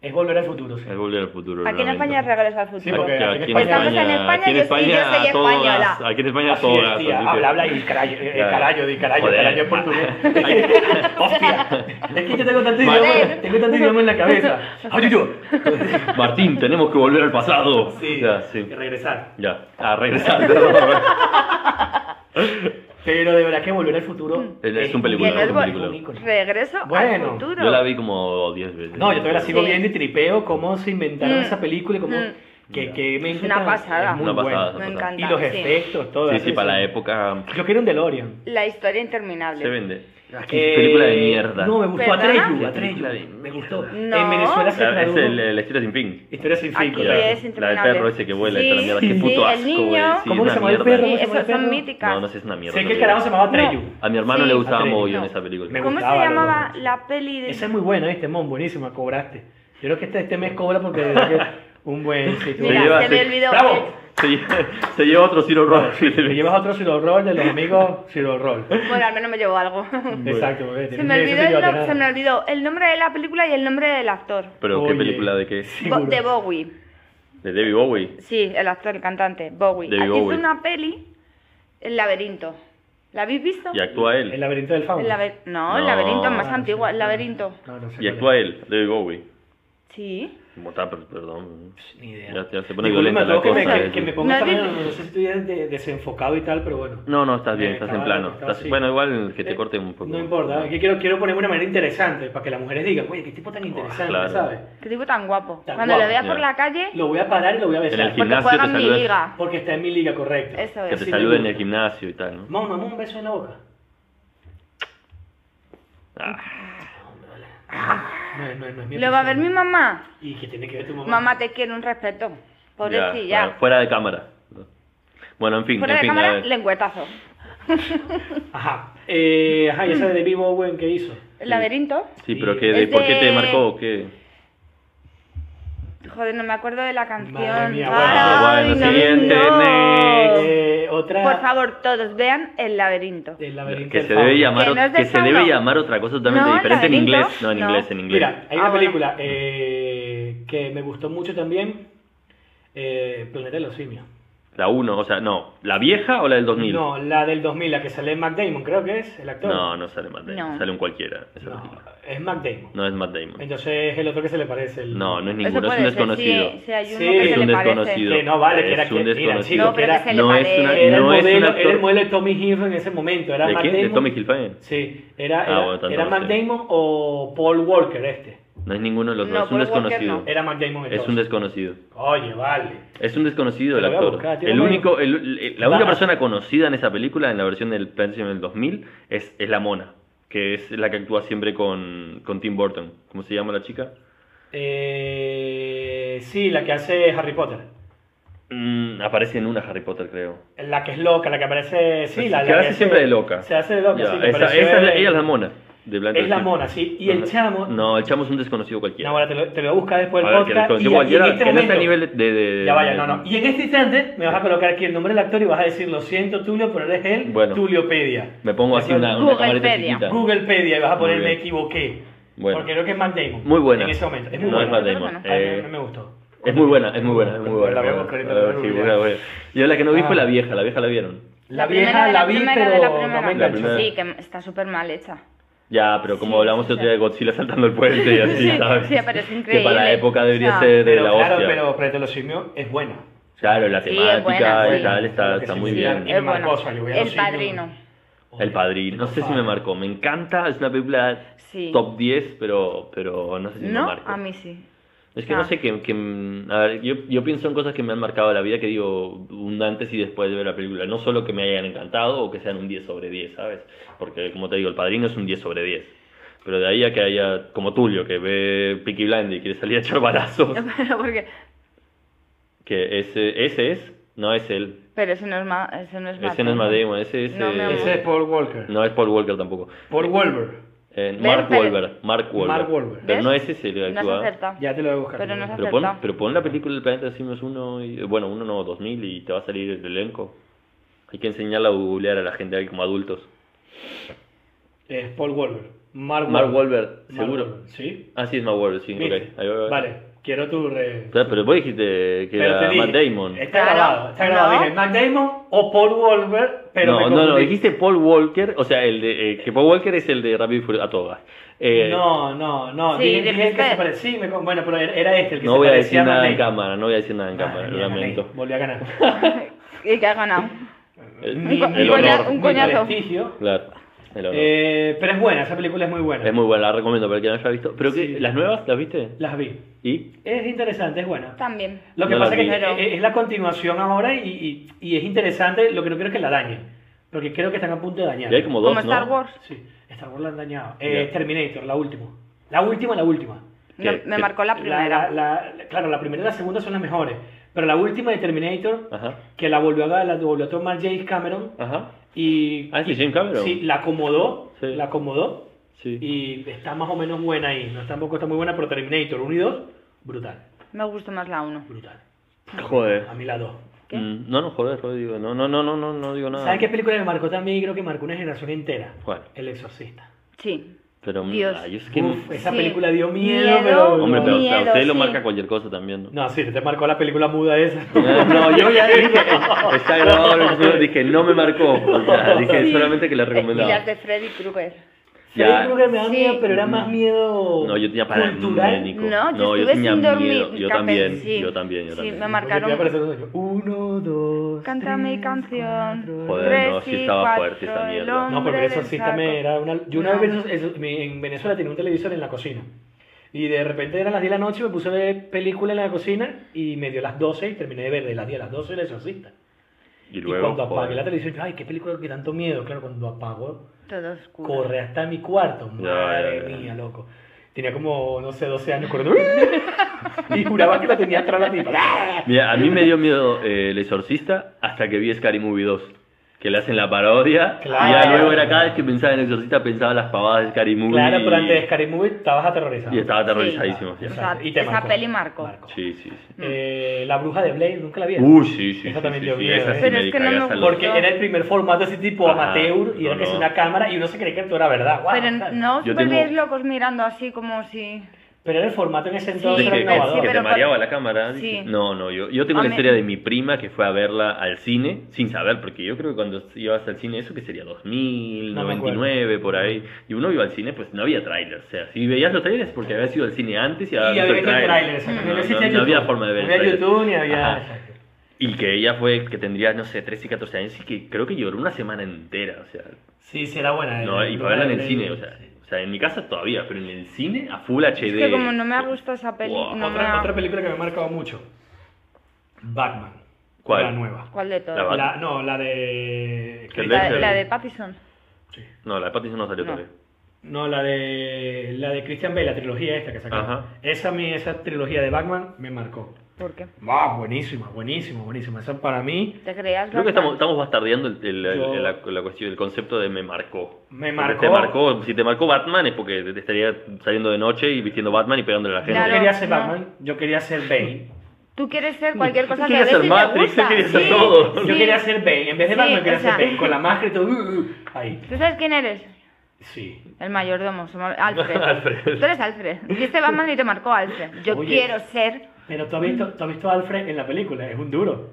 [SPEAKER 2] es volver al futuro, sí.
[SPEAKER 1] Es volver al futuro.
[SPEAKER 3] Aquí en
[SPEAKER 1] realmente.
[SPEAKER 3] España regresa al
[SPEAKER 2] Sí,
[SPEAKER 1] Aquí-
[SPEAKER 3] futuro.
[SPEAKER 2] porque-
[SPEAKER 1] Aquí en
[SPEAKER 2] Estamos en
[SPEAKER 1] España,
[SPEAKER 3] España
[SPEAKER 1] aquí en
[SPEAKER 3] y yo- y yo soy
[SPEAKER 1] España
[SPEAKER 3] española.
[SPEAKER 1] todas, aquí en España
[SPEAKER 2] Así es,
[SPEAKER 1] todas.
[SPEAKER 2] tía,
[SPEAKER 1] así que-
[SPEAKER 2] habla, habla y carayo, eh,
[SPEAKER 1] Claro.
[SPEAKER 2] carayo, di carayo,
[SPEAKER 1] Joder.
[SPEAKER 2] carayo en portugués. Hostia, es que yo tengo tanto
[SPEAKER 1] Vale.
[SPEAKER 2] idioma, tengo tanto idioma en la cabeza. Ay, yo.
[SPEAKER 1] Martín, tenemos que volver al pasado.
[SPEAKER 2] Sí,
[SPEAKER 1] Ya, sí.
[SPEAKER 2] y regresar.
[SPEAKER 1] Ya, Ah, a regresar. perdón.
[SPEAKER 2] Pero de verdad que volver al futuro
[SPEAKER 1] Es- es un película,
[SPEAKER 3] es un
[SPEAKER 1] película.
[SPEAKER 2] un ícono.
[SPEAKER 3] Regreso
[SPEAKER 2] Bueno,
[SPEAKER 3] al futuro.
[SPEAKER 1] Yo la vi como 10 veces.
[SPEAKER 2] No, yo todavía la sigo
[SPEAKER 3] Sí.
[SPEAKER 2] viendo y tripeo cómo se inventaron
[SPEAKER 3] Mm.
[SPEAKER 2] esa película, y cómo
[SPEAKER 1] Mm.
[SPEAKER 2] que,
[SPEAKER 1] Ya.
[SPEAKER 2] que me
[SPEAKER 3] Es
[SPEAKER 2] encanta,
[SPEAKER 3] una pasada.
[SPEAKER 2] es muy
[SPEAKER 1] Una
[SPEAKER 2] bueno.
[SPEAKER 1] pasada.
[SPEAKER 3] Me encanta.
[SPEAKER 2] Y los
[SPEAKER 3] sí.
[SPEAKER 2] efectos, todo.
[SPEAKER 1] Sí, sí, para la época
[SPEAKER 2] Yo quiero un DeLorean.
[SPEAKER 3] La historia interminable.
[SPEAKER 1] se vende.
[SPEAKER 2] Eh,
[SPEAKER 1] película de mierda.
[SPEAKER 2] No, me gustó
[SPEAKER 3] ¿Verdad?
[SPEAKER 2] Atreyu,
[SPEAKER 1] Película de
[SPEAKER 2] Atreyu, me gustó.
[SPEAKER 3] No.
[SPEAKER 2] En Venezuela se
[SPEAKER 1] La- Ah, Es
[SPEAKER 2] tradujo.
[SPEAKER 1] el, eh, la historia sin fin.
[SPEAKER 2] Historia sin fin,
[SPEAKER 3] Aquí
[SPEAKER 1] Claro.
[SPEAKER 2] correcto.
[SPEAKER 3] es
[SPEAKER 1] La del
[SPEAKER 3] interminable.
[SPEAKER 1] perro ese que vuela y está la mierda. Qué
[SPEAKER 3] Sí,
[SPEAKER 1] puto
[SPEAKER 3] el
[SPEAKER 1] asco, güey.
[SPEAKER 3] niño.
[SPEAKER 1] Sí,
[SPEAKER 2] ¿Cómo
[SPEAKER 1] una
[SPEAKER 2] se llama el
[SPEAKER 1] mierda.
[SPEAKER 2] perro?
[SPEAKER 3] Sí,
[SPEAKER 2] ¿Cómo se llama el
[SPEAKER 3] esas son
[SPEAKER 2] perro?
[SPEAKER 3] míticas.
[SPEAKER 1] No, no sé, es una mierda.
[SPEAKER 2] Sé que el
[SPEAKER 1] no
[SPEAKER 2] carajo se
[SPEAKER 1] sé.
[SPEAKER 2] llamaba Atreyu.
[SPEAKER 3] No.
[SPEAKER 1] A mi hermano
[SPEAKER 3] Sí.
[SPEAKER 1] le gustaba
[SPEAKER 2] Atreyu.
[SPEAKER 1] mogollón
[SPEAKER 3] No.
[SPEAKER 1] esa película.
[SPEAKER 2] Me
[SPEAKER 3] ¿Cómo se
[SPEAKER 2] gustaba,
[SPEAKER 3] llamaba
[SPEAKER 2] loco.
[SPEAKER 3] la peli de.?
[SPEAKER 2] Esa es muy buena, ¿viste, Mon? Buenísima, cobraste. Yo creo que este, este mes cobra porque de verdad que un buen sitio.
[SPEAKER 1] Se
[SPEAKER 3] Mira,
[SPEAKER 1] lleva-
[SPEAKER 3] se me olvidó.
[SPEAKER 2] ¡Bravo!
[SPEAKER 1] Se lleva, se lleva otro Ciro Rock.
[SPEAKER 2] Te llevas otro Zero Roll de los amigos Zero Roll.
[SPEAKER 3] Bueno, al menos me llevo algo.
[SPEAKER 2] Exacto, bebé.
[SPEAKER 3] se, me olvidó el nom- se me olvidó el nombre de la película y el nombre del actor.
[SPEAKER 1] Pero, ¿qué
[SPEAKER 2] Oye.
[SPEAKER 1] película de qué?
[SPEAKER 3] Bo-
[SPEAKER 2] Seguro.
[SPEAKER 3] de Bowie.
[SPEAKER 1] De David Bowie.
[SPEAKER 3] Sí, el actor, el cantante, Bowie.
[SPEAKER 1] David
[SPEAKER 3] Aquí
[SPEAKER 1] Bowie.
[SPEAKER 3] hizo una peli, El laberinto. ¿La habéis visto?
[SPEAKER 1] Y actúa
[SPEAKER 2] El
[SPEAKER 1] él.
[SPEAKER 2] laberinto del fauno.
[SPEAKER 3] El laber- No,
[SPEAKER 1] No.
[SPEAKER 3] el laberinto más
[SPEAKER 2] Ah,
[SPEAKER 3] antigua,
[SPEAKER 2] sí.
[SPEAKER 3] el laberinto.
[SPEAKER 2] No, no sé
[SPEAKER 1] Y
[SPEAKER 2] cuál
[SPEAKER 1] actúa
[SPEAKER 2] es.
[SPEAKER 1] él, David Bowie.
[SPEAKER 3] Sí.
[SPEAKER 1] Bota, per- perdón.
[SPEAKER 2] Ni idea.
[SPEAKER 1] Ya, ya se pone
[SPEAKER 2] Disculpa,
[SPEAKER 1] violenta la
[SPEAKER 2] tengo que me-
[SPEAKER 1] cosa, eh.
[SPEAKER 2] que,
[SPEAKER 1] sí,
[SPEAKER 2] que
[SPEAKER 1] sí.
[SPEAKER 2] me pongas
[SPEAKER 3] No,
[SPEAKER 2] también,
[SPEAKER 3] di-
[SPEAKER 2] no sé si estoy de- desenfocado y tal, pero bueno.
[SPEAKER 1] No, no, estás bien,
[SPEAKER 2] Eh,
[SPEAKER 1] estás en
[SPEAKER 2] estaba-
[SPEAKER 1] plano.
[SPEAKER 2] estaba
[SPEAKER 1] Estás-
[SPEAKER 2] así.
[SPEAKER 1] Bueno, igual que te
[SPEAKER 2] Eh,
[SPEAKER 1] corte un poco.
[SPEAKER 2] No importa, que quiero, quiero ponerme una manera interesante para que las mujeres digan, oye, qué tipo tan interesante,
[SPEAKER 1] Oh, claro.
[SPEAKER 2] ¿sabes?
[SPEAKER 3] Qué tipo tan guapo.
[SPEAKER 2] Tan
[SPEAKER 3] Cuando
[SPEAKER 2] guapo,
[SPEAKER 3] lo vea por
[SPEAKER 1] ya.
[SPEAKER 3] la calle,
[SPEAKER 2] Lo voy a parar y lo voy a
[SPEAKER 1] En
[SPEAKER 2] besar.
[SPEAKER 1] el
[SPEAKER 3] porque
[SPEAKER 1] gimnasio
[SPEAKER 3] juega
[SPEAKER 1] te
[SPEAKER 3] en mi
[SPEAKER 1] saludas.
[SPEAKER 3] liga.
[SPEAKER 2] Porque está en mi liga, correcto.
[SPEAKER 3] Eso
[SPEAKER 1] Que
[SPEAKER 3] es.
[SPEAKER 1] te
[SPEAKER 2] Sí,
[SPEAKER 1] saluden en
[SPEAKER 2] me
[SPEAKER 1] el gimnasio y tal, ¿no?
[SPEAKER 2] Mamá, mamá, un beso en la boca.
[SPEAKER 1] Ah,
[SPEAKER 2] Ah, No, es- no, es- no es mi
[SPEAKER 3] Lo va a ver
[SPEAKER 2] episodio.
[SPEAKER 3] mi mamá.
[SPEAKER 2] ¿Y qué tiene que ver tu mamá?
[SPEAKER 3] Mamá, te quiero un respeto.
[SPEAKER 1] ya,
[SPEAKER 3] Pobrecilla.
[SPEAKER 1] bueno, fuera de cámara. Bueno, en fin,
[SPEAKER 3] Fuera
[SPEAKER 1] en
[SPEAKER 3] de
[SPEAKER 1] fin. a
[SPEAKER 3] cámara,
[SPEAKER 1] ver.
[SPEAKER 3] lengüetazo.
[SPEAKER 2] Ajá. Eh, ajá, y esa de David Bowen que hizo.
[SPEAKER 3] El laberinto.
[SPEAKER 1] Sí, pero ¿qué, de-
[SPEAKER 3] Es
[SPEAKER 1] ¿por qué te
[SPEAKER 3] de-
[SPEAKER 1] marcó? o ¿Qué?
[SPEAKER 3] Joder, no me acuerdo de la canción.
[SPEAKER 2] Madre mía,
[SPEAKER 3] Ay,
[SPEAKER 1] bueno,
[SPEAKER 3] no,
[SPEAKER 1] siguiente,
[SPEAKER 3] no.
[SPEAKER 1] next.
[SPEAKER 2] Eh, otra.
[SPEAKER 3] Oh. Por favor, todos vean El laberinto.
[SPEAKER 2] Del laberinto
[SPEAKER 1] Que
[SPEAKER 2] del
[SPEAKER 1] se debe
[SPEAKER 2] fauno.
[SPEAKER 1] llamar,
[SPEAKER 3] Que
[SPEAKER 1] ot-
[SPEAKER 3] no es de
[SPEAKER 1] que se
[SPEAKER 3] sauna.
[SPEAKER 1] debe llamar otra cosa totalmente
[SPEAKER 3] No,
[SPEAKER 1] diferente en
[SPEAKER 3] laberinto,
[SPEAKER 1] inglés. No, en
[SPEAKER 3] no.
[SPEAKER 1] inglés, en inglés.
[SPEAKER 2] Mira, hay
[SPEAKER 3] Ah,
[SPEAKER 2] una
[SPEAKER 3] bueno.
[SPEAKER 2] película eh, que me gustó mucho también. Eh, Planeta de los simios.
[SPEAKER 1] La 1, o sea, no. ¿La vieja o la del 2000?
[SPEAKER 2] No, la del 2000, la que sale Matt Damon, creo que es el actor.
[SPEAKER 1] no, no sale Matt Damon.
[SPEAKER 3] No.
[SPEAKER 1] Sale un cualquiera. esa
[SPEAKER 2] No,
[SPEAKER 1] película.
[SPEAKER 2] es Matt Damon.
[SPEAKER 1] No es Matt Damon.
[SPEAKER 2] Entonces es el otro que se le parece. El...
[SPEAKER 1] No, no es
[SPEAKER 3] Eso
[SPEAKER 1] ninguno, es
[SPEAKER 3] puede
[SPEAKER 1] un
[SPEAKER 3] ser,
[SPEAKER 1] desconocido.
[SPEAKER 3] Sí, sí, hay uno
[SPEAKER 2] Sí,
[SPEAKER 3] que
[SPEAKER 2] es
[SPEAKER 3] se
[SPEAKER 2] un
[SPEAKER 3] le parece.
[SPEAKER 1] desconocido.
[SPEAKER 2] Que no vale, que era
[SPEAKER 1] Es un
[SPEAKER 2] que- era
[SPEAKER 1] desconocido.
[SPEAKER 2] chico, que era-
[SPEAKER 3] No, pero que se le
[SPEAKER 1] no es
[SPEAKER 3] parece.
[SPEAKER 1] una,
[SPEAKER 2] Era, el
[SPEAKER 1] no es un
[SPEAKER 2] modelo, era el
[SPEAKER 1] actor.
[SPEAKER 2] modelo de Tommy Hilfiger en ese momento. Era
[SPEAKER 1] ¿De
[SPEAKER 2] Matt
[SPEAKER 1] quién? ¿De
[SPEAKER 2] Damon.
[SPEAKER 1] Tommy Hilfiger?
[SPEAKER 2] Sí, era,
[SPEAKER 1] Ah,
[SPEAKER 2] era,
[SPEAKER 1] bueno, tanto
[SPEAKER 2] era
[SPEAKER 1] no
[SPEAKER 2] Matt
[SPEAKER 1] sé.
[SPEAKER 2] Damon o Paul Walker este.
[SPEAKER 1] No es ninguno de los dos, es
[SPEAKER 3] No,
[SPEAKER 1] un
[SPEAKER 3] Paul Walker
[SPEAKER 1] desconocido.
[SPEAKER 3] no.
[SPEAKER 2] Era Matt Damon
[SPEAKER 1] Es un
[SPEAKER 2] entonces.
[SPEAKER 1] desconocido.
[SPEAKER 2] Oye, vale.
[SPEAKER 1] Es un desconocido el
[SPEAKER 2] Te lo voy a
[SPEAKER 1] actor.
[SPEAKER 2] buscar, tío,
[SPEAKER 1] el
[SPEAKER 2] voy a-
[SPEAKER 1] único, el- el- la única
[SPEAKER 2] Va.
[SPEAKER 1] persona conocida en esa película, en la versión del Pension del 2000, es, es la mona. que es la que actúa siempre con, con Tim Burton. ¿Cómo se llama la chica?
[SPEAKER 2] Eh, sí, la que hace Harry Potter.
[SPEAKER 1] Mm, aparece en una Harry Potter, creo.
[SPEAKER 2] La que es loca, la que aparece. Sí, la,
[SPEAKER 1] que
[SPEAKER 2] la
[SPEAKER 1] hace siempre de loca.
[SPEAKER 2] Se hace de loca,
[SPEAKER 1] Ya,
[SPEAKER 2] sí. que
[SPEAKER 1] esa,
[SPEAKER 2] apareció
[SPEAKER 1] esa es la-
[SPEAKER 2] en-
[SPEAKER 1] ella es la mona. De Blanca
[SPEAKER 2] Es la
[SPEAKER 1] Destello.
[SPEAKER 2] mona, sí. Y el
[SPEAKER 1] No,
[SPEAKER 2] chamo.
[SPEAKER 1] No, el chamo es un desconocido cualquiera.
[SPEAKER 2] Ahora te lo, te lo busca después
[SPEAKER 1] A
[SPEAKER 2] del
[SPEAKER 1] ver, que
[SPEAKER 2] podcast.
[SPEAKER 1] desconocido
[SPEAKER 2] y, y
[SPEAKER 1] cualquiera,
[SPEAKER 2] en este
[SPEAKER 1] que en
[SPEAKER 2] momento.
[SPEAKER 1] este nivel de, de-
[SPEAKER 2] Ya vaya, no, no. Y en este instante me vas a colocar aquí el nombre del actor y vas a decir, lo siento, Tulio, pero eres él,
[SPEAKER 1] Bueno.
[SPEAKER 2] Tuliopedia.
[SPEAKER 1] Me pongo así
[SPEAKER 2] Eso-
[SPEAKER 1] una, una camarita
[SPEAKER 3] Googlepedia.
[SPEAKER 1] chiquita.
[SPEAKER 2] Googlepedia y vas a
[SPEAKER 1] Muy
[SPEAKER 2] poner
[SPEAKER 1] bien.
[SPEAKER 2] me equivoqué.
[SPEAKER 1] Bueno.
[SPEAKER 2] Porque creo que es Matt Damon.
[SPEAKER 1] Muy buena.
[SPEAKER 2] En ese momento. Es muy
[SPEAKER 1] no
[SPEAKER 2] buena.
[SPEAKER 1] es Matt
[SPEAKER 3] Creo que
[SPEAKER 1] Damon.
[SPEAKER 3] no.
[SPEAKER 2] A mí
[SPEAKER 1] eh,
[SPEAKER 2] me- me gustó.
[SPEAKER 1] es muy buena, es muy buena, es muy buena.
[SPEAKER 2] La voy a
[SPEAKER 1] muy
[SPEAKER 2] buscar
[SPEAKER 1] buena.
[SPEAKER 2] ahorita, la voy a
[SPEAKER 1] Ah, sí,
[SPEAKER 2] googlear.
[SPEAKER 1] buena, buena. Yo la que no vi fue
[SPEAKER 2] Ah.
[SPEAKER 1] la vieja, la vieja la vieron.
[SPEAKER 2] La
[SPEAKER 3] primera
[SPEAKER 2] vieja
[SPEAKER 3] de
[SPEAKER 2] la vi,
[SPEAKER 3] primera de la
[SPEAKER 2] pero no
[SPEAKER 3] primera.
[SPEAKER 2] me enganchó.
[SPEAKER 1] primera.
[SPEAKER 3] Sí, que está súper mal hecha.
[SPEAKER 1] Ya, pero como
[SPEAKER 3] Sí,
[SPEAKER 1] hablamos
[SPEAKER 3] sí,
[SPEAKER 1] el otro día de
[SPEAKER 3] sí.
[SPEAKER 1] Godzilla saltando el puente y así,
[SPEAKER 3] Sí,
[SPEAKER 1] ¿sabes?
[SPEAKER 3] sí, pero es
[SPEAKER 1] Que para
[SPEAKER 3] increíble. Ah.
[SPEAKER 1] la época debería
[SPEAKER 3] O sea,
[SPEAKER 1] ser de
[SPEAKER 2] Pero
[SPEAKER 1] la
[SPEAKER 2] claro,
[SPEAKER 1] hostia.
[SPEAKER 2] pero Planeta de los Simios es buena.
[SPEAKER 1] Claro, la
[SPEAKER 3] Sí,
[SPEAKER 1] temática
[SPEAKER 3] es buena,
[SPEAKER 1] y
[SPEAKER 3] sí.
[SPEAKER 1] tal está,
[SPEAKER 2] Lo que
[SPEAKER 1] está muy
[SPEAKER 2] significa
[SPEAKER 1] bien.
[SPEAKER 2] Y me
[SPEAKER 3] Es bueno.
[SPEAKER 2] marcó, o sea, yo voy a
[SPEAKER 3] el
[SPEAKER 2] los sitios.
[SPEAKER 3] padrino.
[SPEAKER 1] El Padrino, no sé si
[SPEAKER 2] Ah.
[SPEAKER 1] me marcó, me encanta, es una película
[SPEAKER 3] Sí.
[SPEAKER 1] top 10, pero, pero no sé si me
[SPEAKER 3] No,
[SPEAKER 1] marcó.
[SPEAKER 3] a mí sí.
[SPEAKER 1] Es que no
[SPEAKER 3] Ah.
[SPEAKER 1] sé que, que- a ver, yo, yo pienso en cosas que me han marcado la vida que digo un antes y después de ver la película, no solo que me hayan encantado o que sean un 10 sobre 10, ¿sabes? Porque como te digo, El Padrino es un 10 sobre 10. Pero de ahí a que haya como Tulio que ve Peaky Blinders y quiere salir a echar balazos,
[SPEAKER 3] Pero porque...
[SPEAKER 1] que ese ese es, no es él.
[SPEAKER 3] Pero eso no es ma... eso no es
[SPEAKER 1] Ese no es
[SPEAKER 3] Matt
[SPEAKER 1] Matt
[SPEAKER 3] Damon.
[SPEAKER 1] Damon, ese es
[SPEAKER 3] No, mi
[SPEAKER 1] eh,
[SPEAKER 3] amor.
[SPEAKER 2] Ese es Paul Walker.
[SPEAKER 1] no es Paul Walker tampoco.
[SPEAKER 2] Paul Wolver.
[SPEAKER 1] Eh,
[SPEAKER 3] Ven,
[SPEAKER 1] Mark
[SPEAKER 3] pero-
[SPEAKER 1] Wahlberg, Mark Wahlberg.
[SPEAKER 2] Mark Wahlberg.
[SPEAKER 1] Pero
[SPEAKER 3] ¿Ves?
[SPEAKER 1] no es ese el que
[SPEAKER 3] No has
[SPEAKER 1] actúa.
[SPEAKER 3] acertado.
[SPEAKER 2] Ya te lo voy a buscar.
[SPEAKER 3] Pero no es
[SPEAKER 1] Pero pon,
[SPEAKER 3] acertado.
[SPEAKER 1] pero pon la película El planeta de los simios 1, y, bueno, 1 no, 2000 y te va a salir el elenco. Hay que enseñarla a googlear a la gente ahí como adultos.
[SPEAKER 2] Es Paul Wolver. Mark,
[SPEAKER 1] Mark Wahlberg,
[SPEAKER 2] Mark
[SPEAKER 1] seguro.
[SPEAKER 2] Wahlberg, ¿Sí?
[SPEAKER 1] Ah, sí, es Mark Wahlberg, sí,
[SPEAKER 2] ¿Viste?
[SPEAKER 1] ok. Ahí va, ahí va.
[SPEAKER 2] Vale, quiero tu... Re...
[SPEAKER 1] Pero, pero vos dijiste que
[SPEAKER 2] Pero te eh,
[SPEAKER 1] era
[SPEAKER 2] dije,
[SPEAKER 1] Matt Damon.
[SPEAKER 2] Está
[SPEAKER 3] Claro.
[SPEAKER 2] grabado, está grabado.
[SPEAKER 3] No.
[SPEAKER 2] Dije Matt Damon o Paul Wolver, pero me
[SPEAKER 1] no, no, no,
[SPEAKER 2] confundí.
[SPEAKER 1] dijiste Paul Walker, o sea, el de, eh, que Paul Walker es el de Rápido y Furioso, a todas. Eh,
[SPEAKER 2] No, no, no.
[SPEAKER 3] Sí,
[SPEAKER 2] dije, dije el que
[SPEAKER 3] dijiste.
[SPEAKER 2] se parecía. Sí, me con- bueno, pero era- era este el que
[SPEAKER 1] no
[SPEAKER 2] se
[SPEAKER 1] voy a decir
[SPEAKER 2] parecía a Matt
[SPEAKER 1] nada en
[SPEAKER 2] Damon. Ah,
[SPEAKER 1] cámara, no voy a decir nada en
[SPEAKER 2] Madre
[SPEAKER 1] cámara, lo
[SPEAKER 2] mía, gané.
[SPEAKER 1] lamento.
[SPEAKER 2] Volví a ganar.
[SPEAKER 3] Y que ha ganado.
[SPEAKER 1] El,
[SPEAKER 3] Un co-
[SPEAKER 1] el
[SPEAKER 3] un coña-
[SPEAKER 1] honor,
[SPEAKER 3] un
[SPEAKER 2] Mi
[SPEAKER 3] coñazo.
[SPEAKER 2] prestigio.
[SPEAKER 1] claro, el honor.
[SPEAKER 2] Eh, pero es buena, esa película es muy buena.
[SPEAKER 1] es muy buena, la recomiendo para quien no haya visto. Pero
[SPEAKER 2] Sí.
[SPEAKER 1] que, ¿las nuevas las viste?
[SPEAKER 2] Las vi.
[SPEAKER 1] ¿Y?
[SPEAKER 2] Es interesante, es buena.
[SPEAKER 3] También.
[SPEAKER 2] Lo que
[SPEAKER 1] No la
[SPEAKER 2] pasa es
[SPEAKER 1] vi.
[SPEAKER 2] que es- es, es la continuación ahora y, y- y es interesante. Lo que no quiero es que la dañen. Porque creo que están a punto de dañar.
[SPEAKER 1] Ya hay como dos,
[SPEAKER 3] Como
[SPEAKER 1] ¿no?
[SPEAKER 3] Star Wars.
[SPEAKER 2] Sí, Star Wars la han dañado. Eh,
[SPEAKER 1] Ya.
[SPEAKER 2] Terminator, la última. La última, la última.
[SPEAKER 1] ¿Qué?
[SPEAKER 3] Me- me
[SPEAKER 1] ¿Qué?
[SPEAKER 3] marcó la primera.
[SPEAKER 2] la- la- claro, la primera y la segunda son las mejores. Pero la última de Terminator,
[SPEAKER 1] Ajá.
[SPEAKER 2] que la volvió a, la volvió a tomar James Cameron
[SPEAKER 1] Ajá.
[SPEAKER 2] y
[SPEAKER 1] Ah, sí, James Cameron.
[SPEAKER 2] sí, la acomodó,
[SPEAKER 1] Sí.
[SPEAKER 2] la acomodó
[SPEAKER 1] Sí.
[SPEAKER 2] y está más o menos buena ahí. No, tampoco está muy buena, pero Terminator 1 y 2, brutal,
[SPEAKER 3] Me gusta más la 1.
[SPEAKER 2] brutal.
[SPEAKER 1] Joder.
[SPEAKER 2] A mí la 2.
[SPEAKER 3] ¿Qué?
[SPEAKER 1] Mm, no, no, joder, joder, digo, no, no, no, no, no, no digo nada.
[SPEAKER 2] ¿Sabes qué película me marcó también? Y creo que marcó una generación entera.
[SPEAKER 1] ¿Cuál?
[SPEAKER 2] El Exorcista.
[SPEAKER 3] Sí. Eh,
[SPEAKER 1] Pero, mm,
[SPEAKER 3] Dios.
[SPEAKER 1] ay, es que...
[SPEAKER 2] Uf, esa
[SPEAKER 3] Sí.
[SPEAKER 2] película dio miedo,
[SPEAKER 3] Miedo.
[SPEAKER 2] pero...
[SPEAKER 1] Hombre, pero
[SPEAKER 3] Miedo,
[SPEAKER 1] a usted lo
[SPEAKER 3] sí.
[SPEAKER 1] marca cualquier cosa también, ¿no?
[SPEAKER 2] No, sí, te marcó la película muda esa.
[SPEAKER 1] Ah, No, yo ya dije, eh, está grabado, lo que sucedió, dije, no me marcó. O sea, dije
[SPEAKER 3] Sí.
[SPEAKER 1] solamente que le
[SPEAKER 3] Eh, Y
[SPEAKER 1] recomendaba.
[SPEAKER 3] las de Freddy Krueger.
[SPEAKER 1] Ya.
[SPEAKER 2] Yo creo que me da
[SPEAKER 3] Sí.
[SPEAKER 2] miedo, pero era más miedo
[SPEAKER 1] No, yo tenía paranoia.
[SPEAKER 2] cultural.
[SPEAKER 1] yo
[SPEAKER 3] No, yo estuve
[SPEAKER 1] tenía
[SPEAKER 3] sin dormir,
[SPEAKER 1] miedo. Yo
[SPEAKER 3] café,
[SPEAKER 1] también,
[SPEAKER 3] sí.
[SPEAKER 1] yo también, yo
[SPEAKER 3] Sí,
[SPEAKER 1] también.
[SPEAKER 3] me marcó.
[SPEAKER 2] Porque
[SPEAKER 3] Marcaron-
[SPEAKER 2] te aparece todo eso. Uno, dos,
[SPEAKER 3] Canta mi
[SPEAKER 2] tres,
[SPEAKER 3] canción.
[SPEAKER 2] cuatro.
[SPEAKER 1] Joder,
[SPEAKER 3] Tres
[SPEAKER 1] no, sí
[SPEAKER 3] y
[SPEAKER 1] estaba
[SPEAKER 3] cuatro,
[SPEAKER 1] fuerte esa
[SPEAKER 3] el
[SPEAKER 1] mierda.
[SPEAKER 2] No,
[SPEAKER 3] hombre
[SPEAKER 2] porque eso
[SPEAKER 3] del
[SPEAKER 2] sí también
[SPEAKER 3] saco.
[SPEAKER 2] era una... Yo una
[SPEAKER 3] No.
[SPEAKER 2] vez eso- eso- mi- en Venezuela tenía un televisor en la cocina. Y de repente eran las 10 de la noche, me puse a ver película en la cocina y me dio las 12 y terminé de ver de las 10 a las 12 el exorcista.
[SPEAKER 1] Y
[SPEAKER 2] y
[SPEAKER 1] luego,
[SPEAKER 2] cuando apagué
[SPEAKER 1] joder.
[SPEAKER 2] la televisión, yo, ay, qué película que tanto miedo. Claro, cuando apago,
[SPEAKER 3] Todo oscuro.
[SPEAKER 2] corre hasta mi cuarto.
[SPEAKER 1] Ya,
[SPEAKER 2] Madre
[SPEAKER 1] ya, ya.
[SPEAKER 2] mía, loco. Tenía como, no sé, 12 años corriendo. y juraba que la tenía atrás la tipa. ¡Ah!
[SPEAKER 1] Mira, a mí me dio miedo eh, El Exorcista hasta que vi Scary Movie 2. Que le hacen la parodia.
[SPEAKER 2] Claro.
[SPEAKER 1] Y ya luego era cada vez que pensaba en El Exorcista, pensaba en las pavadas de Scary Movie.
[SPEAKER 2] Claro, pero antes de
[SPEAKER 1] y,
[SPEAKER 2] Scary Movie estabas aterrorizado.
[SPEAKER 1] y estaba aterrorizadísimo.
[SPEAKER 2] Sí.
[SPEAKER 1] Sí,
[SPEAKER 3] Esa,
[SPEAKER 2] Y te
[SPEAKER 3] esa
[SPEAKER 2] marcó.
[SPEAKER 3] peli marcó.
[SPEAKER 2] Marcó.
[SPEAKER 1] sí, sí. sí.
[SPEAKER 2] Eh, la bruja de Blade, nunca la vi.
[SPEAKER 1] Uy, sí, sí.
[SPEAKER 2] Esa
[SPEAKER 1] sí,
[SPEAKER 2] también
[SPEAKER 1] sí,
[SPEAKER 2] dio
[SPEAKER 1] sí,
[SPEAKER 2] miedo,
[SPEAKER 1] esa
[SPEAKER 2] ¿eh?
[SPEAKER 1] sí
[SPEAKER 3] Pero
[SPEAKER 1] me
[SPEAKER 3] es que no
[SPEAKER 1] cagué
[SPEAKER 3] me
[SPEAKER 1] hasta los-
[SPEAKER 2] Porque era el primer formato así tipo
[SPEAKER 1] Ajá,
[SPEAKER 2] amateur y era
[SPEAKER 1] no,
[SPEAKER 2] que es
[SPEAKER 1] no.
[SPEAKER 2] una cámara y uno se creía que todo era verdad. Guau,
[SPEAKER 3] Pero
[SPEAKER 2] tal.
[SPEAKER 3] no os
[SPEAKER 1] Yo
[SPEAKER 3] volvéis
[SPEAKER 1] tengo-
[SPEAKER 3] locos mirando así como si...
[SPEAKER 2] Pero era el formato en ese
[SPEAKER 1] Sí,
[SPEAKER 2] entonces
[SPEAKER 1] que,
[SPEAKER 2] era
[SPEAKER 1] que-
[SPEAKER 2] innovador.
[SPEAKER 1] que
[SPEAKER 3] sí,
[SPEAKER 1] te
[SPEAKER 3] pero-
[SPEAKER 1] mareaba la cámara. dije.
[SPEAKER 3] Sí.
[SPEAKER 1] No, no, yo, yo tengo
[SPEAKER 3] A
[SPEAKER 1] la
[SPEAKER 3] mí-
[SPEAKER 1] historia de mi prima que fue a verla al cine, sin saber, porque yo creo que cuando ibas al cine, eso que sería 2000,
[SPEAKER 2] No me acuerdo.
[SPEAKER 1] 99, por ahí, y uno iba al cine, pues no había trailers. O sea, si veías los trailers, porque habías ido al cine antes y
[SPEAKER 2] Y
[SPEAKER 1] habías
[SPEAKER 2] había
[SPEAKER 1] visto
[SPEAKER 2] visto el tráiler,
[SPEAKER 1] No,
[SPEAKER 2] exacto.
[SPEAKER 1] no,
[SPEAKER 2] existía
[SPEAKER 1] no había
[SPEAKER 2] YouTube.
[SPEAKER 1] forma de ver el
[SPEAKER 2] No había
[SPEAKER 1] tráiler.
[SPEAKER 2] YouTube ni había...
[SPEAKER 1] Ajá.
[SPEAKER 2] exacto.
[SPEAKER 1] Y que ella fue, que tendría, no sé, 13, 14 años, y que creo que lloró una semana entera, o sea,
[SPEAKER 2] Sí, sí, era buena.
[SPEAKER 1] no,
[SPEAKER 2] era-
[SPEAKER 1] y para verla en el
[SPEAKER 2] era-
[SPEAKER 1] cine, o sea, o sea, en mi casa todavía, pero en el cine a full HD.
[SPEAKER 3] Es que como no me ha gustado esa peli...
[SPEAKER 1] Wow.
[SPEAKER 3] No me
[SPEAKER 2] Otra,
[SPEAKER 3] ha-
[SPEAKER 2] otra película que me ha marcado mucho. Batman.
[SPEAKER 1] ¿Cuál?
[SPEAKER 2] La nueva.
[SPEAKER 3] ¿Cuál de todas?
[SPEAKER 1] La
[SPEAKER 3] La,
[SPEAKER 1] Bat-
[SPEAKER 2] La- no, la de...
[SPEAKER 1] Que
[SPEAKER 3] la
[SPEAKER 1] Ledger.
[SPEAKER 3] de Pattinson.
[SPEAKER 1] No, la de Pattinson no salió
[SPEAKER 3] No.
[SPEAKER 1] todavía.
[SPEAKER 2] No, la de la de Christian Bale, la trilogía esta que sacaron.
[SPEAKER 1] Ajá.
[SPEAKER 2] Esa, mi, esa trilogía de Batman me marcó.
[SPEAKER 3] ¿Por qué?
[SPEAKER 2] Buah, buenísima, buenísima, buenísima. Esa para mí
[SPEAKER 3] ¿Te creías?
[SPEAKER 1] Creo que
[SPEAKER 3] Batman?
[SPEAKER 1] estamos, estamos bastardeando el, el- el-
[SPEAKER 2] Yo-
[SPEAKER 1] la, la cuestión, el concepto de me marcó.
[SPEAKER 2] me
[SPEAKER 1] Porque
[SPEAKER 2] marcó.
[SPEAKER 1] Te marcó, si te marcó Batman es porque te estaría saliendo de noche y vistiendo Batman y pegándole a la gente.
[SPEAKER 2] Yo
[SPEAKER 3] Claro,
[SPEAKER 2] quería ser
[SPEAKER 3] no.
[SPEAKER 2] Batman, yo quería ser Bane.
[SPEAKER 3] Tú quieres ser cualquier cosa
[SPEAKER 1] Tú
[SPEAKER 3] que
[SPEAKER 1] querías
[SPEAKER 3] ves
[SPEAKER 1] ser
[SPEAKER 3] y te
[SPEAKER 1] Matrix,
[SPEAKER 3] gusta.
[SPEAKER 1] tú querías ser
[SPEAKER 3] Sí,
[SPEAKER 1] todo.
[SPEAKER 3] sí.
[SPEAKER 2] Yo quería ser Bane, en vez de
[SPEAKER 3] Sí,
[SPEAKER 2] Batman, yo quería
[SPEAKER 3] o
[SPEAKER 2] ser
[SPEAKER 3] sea-
[SPEAKER 2] Bane, con la máscara y todo. uh, uh, ahí,
[SPEAKER 3] ¿Tú sabes quién eres?
[SPEAKER 2] sí.
[SPEAKER 3] El mayordomo, se llama Alfred.
[SPEAKER 1] Alfred.
[SPEAKER 3] Tú eres Alfred. Viste Batman y te marcó Alfred. Yo
[SPEAKER 2] Oye.
[SPEAKER 3] quiero ser.
[SPEAKER 2] Pero tú has visto, tú has visto a Alfred en la película, es un duro.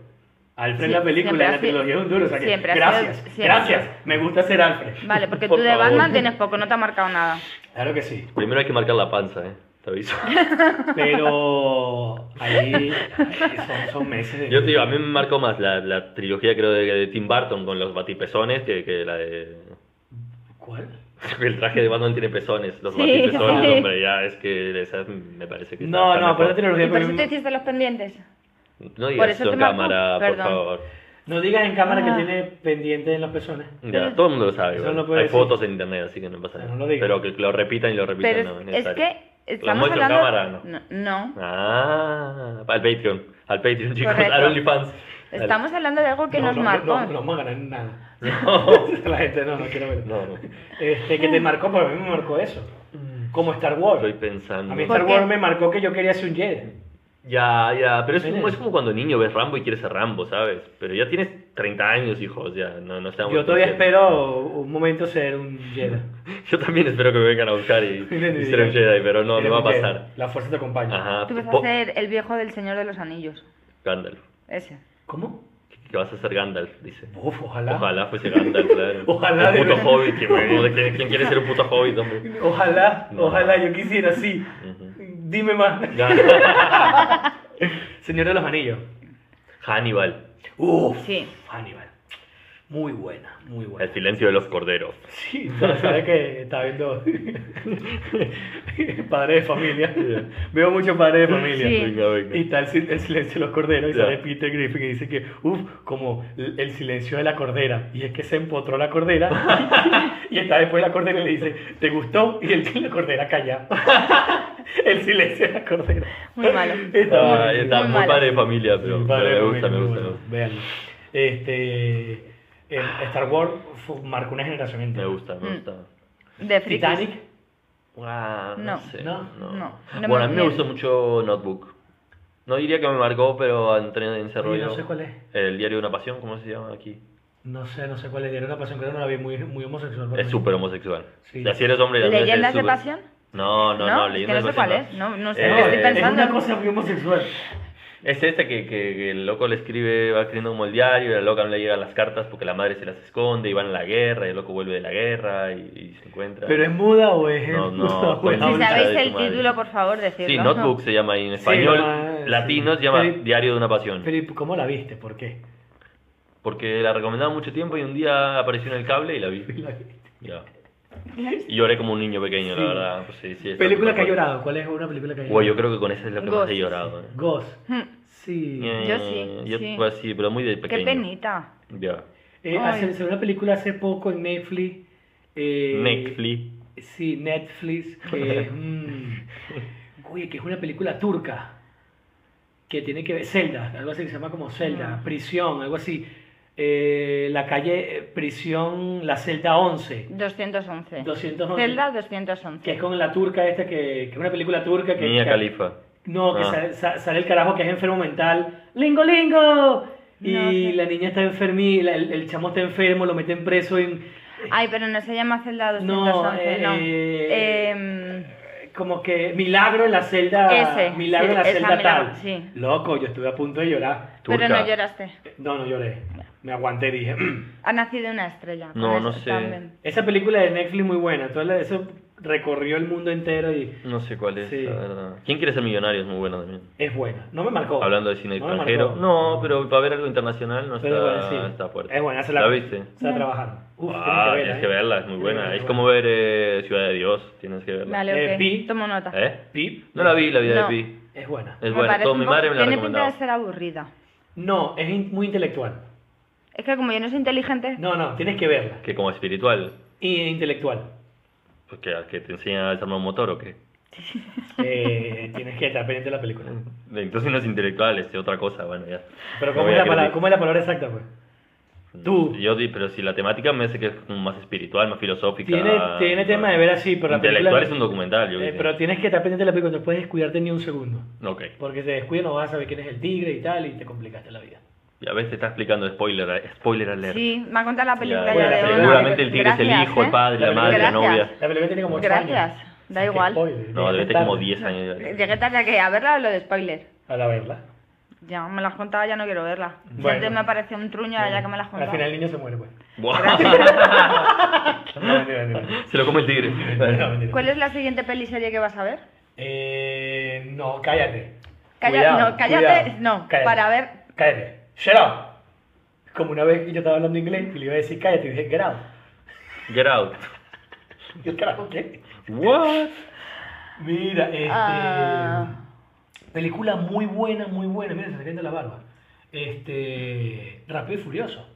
[SPEAKER 2] Alfred en
[SPEAKER 3] Sí,
[SPEAKER 2] la película, en
[SPEAKER 3] siempre ha
[SPEAKER 2] la
[SPEAKER 3] sido-
[SPEAKER 2] trilogía es un duro. O sea que,
[SPEAKER 3] siempre ha sido-
[SPEAKER 2] gracias,
[SPEAKER 3] siempre.
[SPEAKER 2] gracias. Me gusta ser Alfred.
[SPEAKER 3] Vale, porque
[SPEAKER 1] Por
[SPEAKER 3] tú de
[SPEAKER 1] favor.
[SPEAKER 3] Batman tienes poco, no te ha marcado nada.
[SPEAKER 2] Claro que sí.
[SPEAKER 1] Primero hay que marcar la panza, ¿eh? Te aviso.
[SPEAKER 2] Pero ahí son, son meses de...
[SPEAKER 1] Yo te digo, a mí me marcó más la, la trilogía, creo, de, de Tim Burton con los batipezones que, que la de.
[SPEAKER 2] ¿Cuál?
[SPEAKER 1] El traje de Batman tiene pezones, los
[SPEAKER 3] Sí,
[SPEAKER 1] batipezones,
[SPEAKER 3] sí.
[SPEAKER 1] hombre, ya es que esa me parece que. está-
[SPEAKER 2] No,
[SPEAKER 1] está
[SPEAKER 2] no,
[SPEAKER 1] mejor.
[SPEAKER 2] pero no tiene
[SPEAKER 3] ¿Y
[SPEAKER 2] los
[SPEAKER 3] por eso te hiciste los pendientes?
[SPEAKER 1] No
[SPEAKER 3] por
[SPEAKER 1] digas
[SPEAKER 3] eso
[SPEAKER 1] eso
[SPEAKER 3] te
[SPEAKER 1] en
[SPEAKER 3] marcó.
[SPEAKER 1] cámara, por
[SPEAKER 3] Perdón.
[SPEAKER 1] favor.
[SPEAKER 2] No digas en cámara
[SPEAKER 3] Ah.
[SPEAKER 2] que tiene pendiente en las personas.
[SPEAKER 1] Ya, todo el mundo lo sabe.
[SPEAKER 2] Eso
[SPEAKER 1] igual.
[SPEAKER 2] no puede
[SPEAKER 1] Hay
[SPEAKER 2] decir.
[SPEAKER 1] fotos en internet, así que no pasa nada.
[SPEAKER 2] No lo digas.
[SPEAKER 1] Pero que lo repitan y lo repitan,
[SPEAKER 3] Pero
[SPEAKER 1] no es
[SPEAKER 3] es- es,
[SPEAKER 1] necesario.
[SPEAKER 3] que
[SPEAKER 1] ¿Lo
[SPEAKER 3] estamos
[SPEAKER 1] hemos hecho en
[SPEAKER 3] hablando...
[SPEAKER 1] cámara no?
[SPEAKER 3] no, no.
[SPEAKER 1] Ah, al Patreon. Al Patreon, chicos,
[SPEAKER 3] Correcto.
[SPEAKER 1] al OnlyFans. Al-
[SPEAKER 3] Estamos hablando de algo que nos
[SPEAKER 2] no,
[SPEAKER 3] marcó.
[SPEAKER 2] No, no, no vamos a ganar nada.
[SPEAKER 1] No.
[SPEAKER 2] La gente no, no quiero verlo.
[SPEAKER 1] No, no.
[SPEAKER 2] Este, que te marcó, pero a mí me marcó eso. Como Star Wars.
[SPEAKER 1] Estoy pensando.
[SPEAKER 2] A mí
[SPEAKER 3] ¿Por
[SPEAKER 2] Star
[SPEAKER 3] qué?
[SPEAKER 2] Wars me marcó que yo quería ser un Jedi.
[SPEAKER 1] Ya, ya, pero es como,
[SPEAKER 2] Miren.
[SPEAKER 1] es como cuando niño ves Rambo y quieres ser Rambo, ¿sabes? Pero ya tienes 30 años, hijo, o sea, no, no seamos...
[SPEAKER 2] Yo todavía
[SPEAKER 1] conscientes.
[SPEAKER 2] espero un momento ser un Jedi.
[SPEAKER 1] Yo también espero que me vengan a buscar y, y ser un Jedi, pero no,
[SPEAKER 2] Eres
[SPEAKER 1] no va a
[SPEAKER 2] un Jedi.
[SPEAKER 1] pasar.
[SPEAKER 2] La fuerza te acompaña.
[SPEAKER 1] Ajá.
[SPEAKER 3] Tú vas a
[SPEAKER 1] po-
[SPEAKER 3] ser el viejo del Señor de los Anillos.
[SPEAKER 1] Gandalf.
[SPEAKER 3] Ese.
[SPEAKER 2] ¿Cómo?
[SPEAKER 1] Que vas a ser Gandalf, dice.
[SPEAKER 2] Uf, ojalá.
[SPEAKER 1] Ojalá fuese Gandalf, claro.
[SPEAKER 2] Ojalá,
[SPEAKER 1] Un
[SPEAKER 2] de
[SPEAKER 1] puto
[SPEAKER 2] verdad.
[SPEAKER 1] hobbit, que me- ¿quién, quién quiere ser un puto hobbit, hombre?
[SPEAKER 2] Ojalá,
[SPEAKER 1] No.
[SPEAKER 2] ojalá, yo quisiera así.
[SPEAKER 1] Ujú.
[SPEAKER 2] Dime más.
[SPEAKER 1] Gan-
[SPEAKER 2] Señor de los Anillos.
[SPEAKER 1] Hannibal.
[SPEAKER 2] Uf,
[SPEAKER 3] Sí.
[SPEAKER 2] Hannibal. Muy buena, muy buena.
[SPEAKER 1] El silencio de los corderos.
[SPEAKER 2] Sí, no, sabes que está viendo padre de familia. Veo mucho padre de familia.
[SPEAKER 3] Sí.
[SPEAKER 1] Venga, venga.
[SPEAKER 2] Y está el, sil- el silencio de los corderos. Y
[SPEAKER 1] Ya.
[SPEAKER 2] sale Peter Griffin y dice que, uff, como l- el silencio de la cordera. Y es que se empotró la cordera. y está después la cordera y le dice, ¿te gustó? Y el, la cordera calla. el silencio de la cordera.
[SPEAKER 3] Muy malo.
[SPEAKER 2] Está muy-
[SPEAKER 1] Ah, está
[SPEAKER 3] muy
[SPEAKER 1] muy
[SPEAKER 3] malo.
[SPEAKER 1] padre de familia, pero,
[SPEAKER 2] Sí,
[SPEAKER 1] pero
[SPEAKER 2] padre de
[SPEAKER 1] me gusta,
[SPEAKER 2] familia,
[SPEAKER 1] me
[SPEAKER 2] muy
[SPEAKER 1] gusta. me
[SPEAKER 2] bueno.
[SPEAKER 1] gusta.
[SPEAKER 2] Véanlo. Este, el Star Wars fu- marcó una generación entera.
[SPEAKER 1] Me gusta, me
[SPEAKER 3] Mm.
[SPEAKER 1] gusta.
[SPEAKER 3] De frikis.
[SPEAKER 2] Titanic.
[SPEAKER 1] Ah, no,
[SPEAKER 3] No.
[SPEAKER 1] sé.
[SPEAKER 2] No.
[SPEAKER 1] no.
[SPEAKER 3] No, no
[SPEAKER 1] bueno,
[SPEAKER 3] me-
[SPEAKER 1] a mí me
[SPEAKER 3] me-
[SPEAKER 1] gustó mucho Notebook. No diría que me marcó, pero entré en ese
[SPEAKER 2] Oye,
[SPEAKER 1] rollo.
[SPEAKER 2] no sé cuál es.
[SPEAKER 1] El diario de una pasión, ¿cómo se llama aquí?
[SPEAKER 2] No sé, no sé cuál es. Era una pasión, creo que no la vi muy, muy homosexual. para
[SPEAKER 1] Es
[SPEAKER 2] mí.
[SPEAKER 1] súper homosexual.
[SPEAKER 2] Sí.
[SPEAKER 1] Si así eres hombre, también eres
[SPEAKER 3] ¿Leyendas de
[SPEAKER 1] súper-
[SPEAKER 3] pasión?
[SPEAKER 1] No, no, no,
[SPEAKER 3] No, es que
[SPEAKER 1] leyendas
[SPEAKER 3] no
[SPEAKER 1] de
[SPEAKER 3] sé
[SPEAKER 1] pasión. Eh,
[SPEAKER 3] cuál es, no- no sé,
[SPEAKER 2] No,
[SPEAKER 3] lo estoy
[SPEAKER 2] Eh, es-
[SPEAKER 3] pensando.
[SPEAKER 2] Es una cosa muy homosexual.
[SPEAKER 1] Es este que, que- que el loco le escribe, va escribiendo como el diario, y la loca no le llegan las cartas porque la madre se las esconde y van a la guerra, y el loco vuelve de la guerra y, y se encuentra.
[SPEAKER 2] ¿Pero es muda o es.?
[SPEAKER 1] No, no,
[SPEAKER 2] muda?
[SPEAKER 1] pues
[SPEAKER 3] Si
[SPEAKER 1] no,
[SPEAKER 2] Habla-
[SPEAKER 1] sabe
[SPEAKER 3] sabéis
[SPEAKER 1] de
[SPEAKER 3] el
[SPEAKER 1] tu madre.
[SPEAKER 3] título, por favor,
[SPEAKER 1] Sí,
[SPEAKER 3] decidlo.
[SPEAKER 1] Notebook se llama ahí en español,
[SPEAKER 2] lo más-
[SPEAKER 1] latino se
[SPEAKER 2] sí.
[SPEAKER 1] llama
[SPEAKER 2] Pero-
[SPEAKER 1] Diario de una Pasión.
[SPEAKER 2] Pero, ¿y ¿cómo la viste? ¿Por qué?
[SPEAKER 1] Porque la recomendaba mucho tiempo y un día apareció en el cable y la vi.
[SPEAKER 2] La viste.
[SPEAKER 1] Ya. Y lloré como un niño pequeño,
[SPEAKER 2] Sí.
[SPEAKER 1] la verdad. pues sí, sí, está
[SPEAKER 2] película
[SPEAKER 1] súper
[SPEAKER 2] que ha
[SPEAKER 1] fuerte.
[SPEAKER 2] llorado. ¿Cuál es una película que ha llorado?
[SPEAKER 1] Güey, yo creo que con esa es la que más
[SPEAKER 3] Ghost.
[SPEAKER 1] he llorado. eh.
[SPEAKER 2] Ghost.
[SPEAKER 3] Hmm,
[SPEAKER 2] Sí.
[SPEAKER 1] Eh,
[SPEAKER 3] Yo sí,
[SPEAKER 1] Yo,
[SPEAKER 3] sí.
[SPEAKER 1] pues, sí, pero muy de pequeño.
[SPEAKER 3] Qué penita.
[SPEAKER 1] Ya.
[SPEAKER 2] Eh,
[SPEAKER 3] Ay.
[SPEAKER 2] hace- salió una película hace poco en Netflix. eh,
[SPEAKER 1] Netflix.
[SPEAKER 2] Sí, Netflix, que es un- Oye, que es una película turca. Que tiene que ver. Zelda, algo así que se llama como Zelda,
[SPEAKER 3] Ah.
[SPEAKER 2] prisión, algo así. Eh, la calle eh, prisión, la celda 11.
[SPEAKER 3] 211.
[SPEAKER 2] 211.
[SPEAKER 3] Zelda
[SPEAKER 2] Que es
[SPEAKER 3] 211.
[SPEAKER 2] con la turca esta, que, que es una película turca que...
[SPEAKER 1] Mía
[SPEAKER 2] que-
[SPEAKER 1] Califa.
[SPEAKER 2] No, que
[SPEAKER 1] Ah.
[SPEAKER 2] sale, sa- sale el carajo que es enfermo mental. ¡Lingo, lingo! Y
[SPEAKER 3] No sé.
[SPEAKER 2] la niña está enfermi, la- el, el chamo está enfermo, lo meten preso en...
[SPEAKER 3] Ay, pero no se llama Zelda 211,
[SPEAKER 2] No,
[SPEAKER 3] no.
[SPEAKER 2] eh,
[SPEAKER 3] Em,
[SPEAKER 2] como que milagro en la celda
[SPEAKER 3] Ese,
[SPEAKER 2] milagro en la
[SPEAKER 3] sí, esa
[SPEAKER 2] celda
[SPEAKER 3] milagro,
[SPEAKER 2] tal
[SPEAKER 3] sí.
[SPEAKER 2] loco yo estuve a punto de llorar
[SPEAKER 3] pero no
[SPEAKER 1] Turca.
[SPEAKER 3] lloraste.
[SPEAKER 2] no no lloré me aguanté dije
[SPEAKER 3] Ha nacido una estrella. con
[SPEAKER 1] No,
[SPEAKER 3] eso
[SPEAKER 1] no sé.
[SPEAKER 3] también.
[SPEAKER 2] esa película de Netflix muy buena todo la- eso recorrió el mundo entero y
[SPEAKER 1] No sé cuál es,
[SPEAKER 2] Sí.
[SPEAKER 1] la verdad. ¿Quién quiere ser millonario? Es muy bueno también.
[SPEAKER 2] es buena no me marcó
[SPEAKER 1] Hablando de cine
[SPEAKER 2] No me
[SPEAKER 1] extranjero.
[SPEAKER 2] marcó.
[SPEAKER 1] No, pero para ver algo internacional no está,
[SPEAKER 2] Pero bueno, sí.
[SPEAKER 1] está fuerte.
[SPEAKER 2] es buena se la,
[SPEAKER 1] ¿La viste?
[SPEAKER 2] se la trabajaron Uf,
[SPEAKER 1] ah, tienes que
[SPEAKER 2] eh.
[SPEAKER 1] verla, es muy buena.
[SPEAKER 2] Tienes
[SPEAKER 1] Es
[SPEAKER 2] que
[SPEAKER 1] como ver eh, Ciudad de Dios, tienes que verla.
[SPEAKER 3] Vale,
[SPEAKER 2] Eh,
[SPEAKER 3] ok.
[SPEAKER 2] Pi.
[SPEAKER 3] Tomo nota.
[SPEAKER 1] ¿Eh?
[SPEAKER 2] Pip
[SPEAKER 1] No la vi, la vida
[SPEAKER 3] No.
[SPEAKER 1] de Pi.
[SPEAKER 2] es buena
[SPEAKER 1] Es
[SPEAKER 3] Me
[SPEAKER 1] buena,
[SPEAKER 3] parece
[SPEAKER 1] todo
[SPEAKER 3] un
[SPEAKER 1] mi
[SPEAKER 3] poco-
[SPEAKER 1] madre me la
[SPEAKER 3] Tiene pinta
[SPEAKER 1] recomendaba.
[SPEAKER 3] de ser aburrida.
[SPEAKER 2] no es in- muy intelectual
[SPEAKER 3] Es que como yo no soy inteligente,
[SPEAKER 2] no no tienes que verla
[SPEAKER 1] Que como espiritual.
[SPEAKER 2] y intelectual
[SPEAKER 1] Pues que, que te enseñan a desarmar un motor o qué.
[SPEAKER 2] Eh, tienes que estar pendiente de la película.
[SPEAKER 1] Entonces no es intelectuales, es otra cosa, bueno, ya.
[SPEAKER 2] Pero
[SPEAKER 1] No
[SPEAKER 2] ¿cómo,
[SPEAKER 1] voy
[SPEAKER 2] es
[SPEAKER 1] a
[SPEAKER 2] la palabra,
[SPEAKER 1] criticar.
[SPEAKER 2] ¿cómo es la palabra exacta, pues? Tú.
[SPEAKER 1] Yo di, pero si la temática me hace que es como más espiritual, más filosófica.
[SPEAKER 2] Tiene, tiene tema de ver así, pero la película...
[SPEAKER 1] Intelectual es un documental, yo
[SPEAKER 2] Eh,
[SPEAKER 1] qué sé.
[SPEAKER 2] pero tienes que estar pendiente de la película, no puedes descuidarte ni un segundo.
[SPEAKER 1] Ok.
[SPEAKER 2] Porque te descuidas no vas a saber quién es el tigre y tal, y te complicaste la vida.
[SPEAKER 1] Ya ves, te está explicando spoiler, spoiler alert.
[SPEAKER 3] Sí, me ha contado la película
[SPEAKER 1] Ya,
[SPEAKER 2] bueno,
[SPEAKER 3] ya de hoy.
[SPEAKER 1] seguramente el tigre es el
[SPEAKER 3] Gracias,
[SPEAKER 1] hijo, el
[SPEAKER 3] ¿eh?
[SPEAKER 1] padre, la madre, la
[SPEAKER 3] Gracias.
[SPEAKER 1] novia.
[SPEAKER 2] La película tiene como ocho
[SPEAKER 3] Gracias,
[SPEAKER 2] años.
[SPEAKER 3] da
[SPEAKER 2] Qué
[SPEAKER 3] igual.
[SPEAKER 2] spoiler,
[SPEAKER 1] No, debe
[SPEAKER 2] llegaste
[SPEAKER 1] tener como
[SPEAKER 2] tarde
[SPEAKER 1] 10 años.
[SPEAKER 3] Llegué tarde a, que, a verla o lo de spoiler.
[SPEAKER 2] A la verla.
[SPEAKER 3] Ya me la has contado, ya no quiero verla. Si
[SPEAKER 2] Bueno.
[SPEAKER 3] Antes me pareció un truño, ahora ya que me la has
[SPEAKER 2] Al
[SPEAKER 3] contado.
[SPEAKER 2] final el niño se muere, pues.
[SPEAKER 1] Buah,
[SPEAKER 2] No, mentira, mentira.
[SPEAKER 1] Se lo come el
[SPEAKER 2] No,
[SPEAKER 1] tigre.
[SPEAKER 2] mentira.
[SPEAKER 3] ¿Cuál es la siguiente peliserie que vas a ver?
[SPEAKER 2] Eh, no, cállate.
[SPEAKER 3] Calla-
[SPEAKER 2] Cuidado,
[SPEAKER 3] no, cállate,
[SPEAKER 2] cuidado.
[SPEAKER 3] no,
[SPEAKER 2] Cállate.
[SPEAKER 3] para ver-
[SPEAKER 2] Cállate. Shut up. Como una vez que yo estaba hablando inglés y le iba a decir cállate y dije get out.
[SPEAKER 1] Get out.
[SPEAKER 2] Y yo, carajo, ¿qué?
[SPEAKER 1] What?
[SPEAKER 2] Mira, este.
[SPEAKER 3] Ah.
[SPEAKER 2] Película muy buena, muy buena. Mira, se está cayendo la barba. Este. Rápido y Furioso.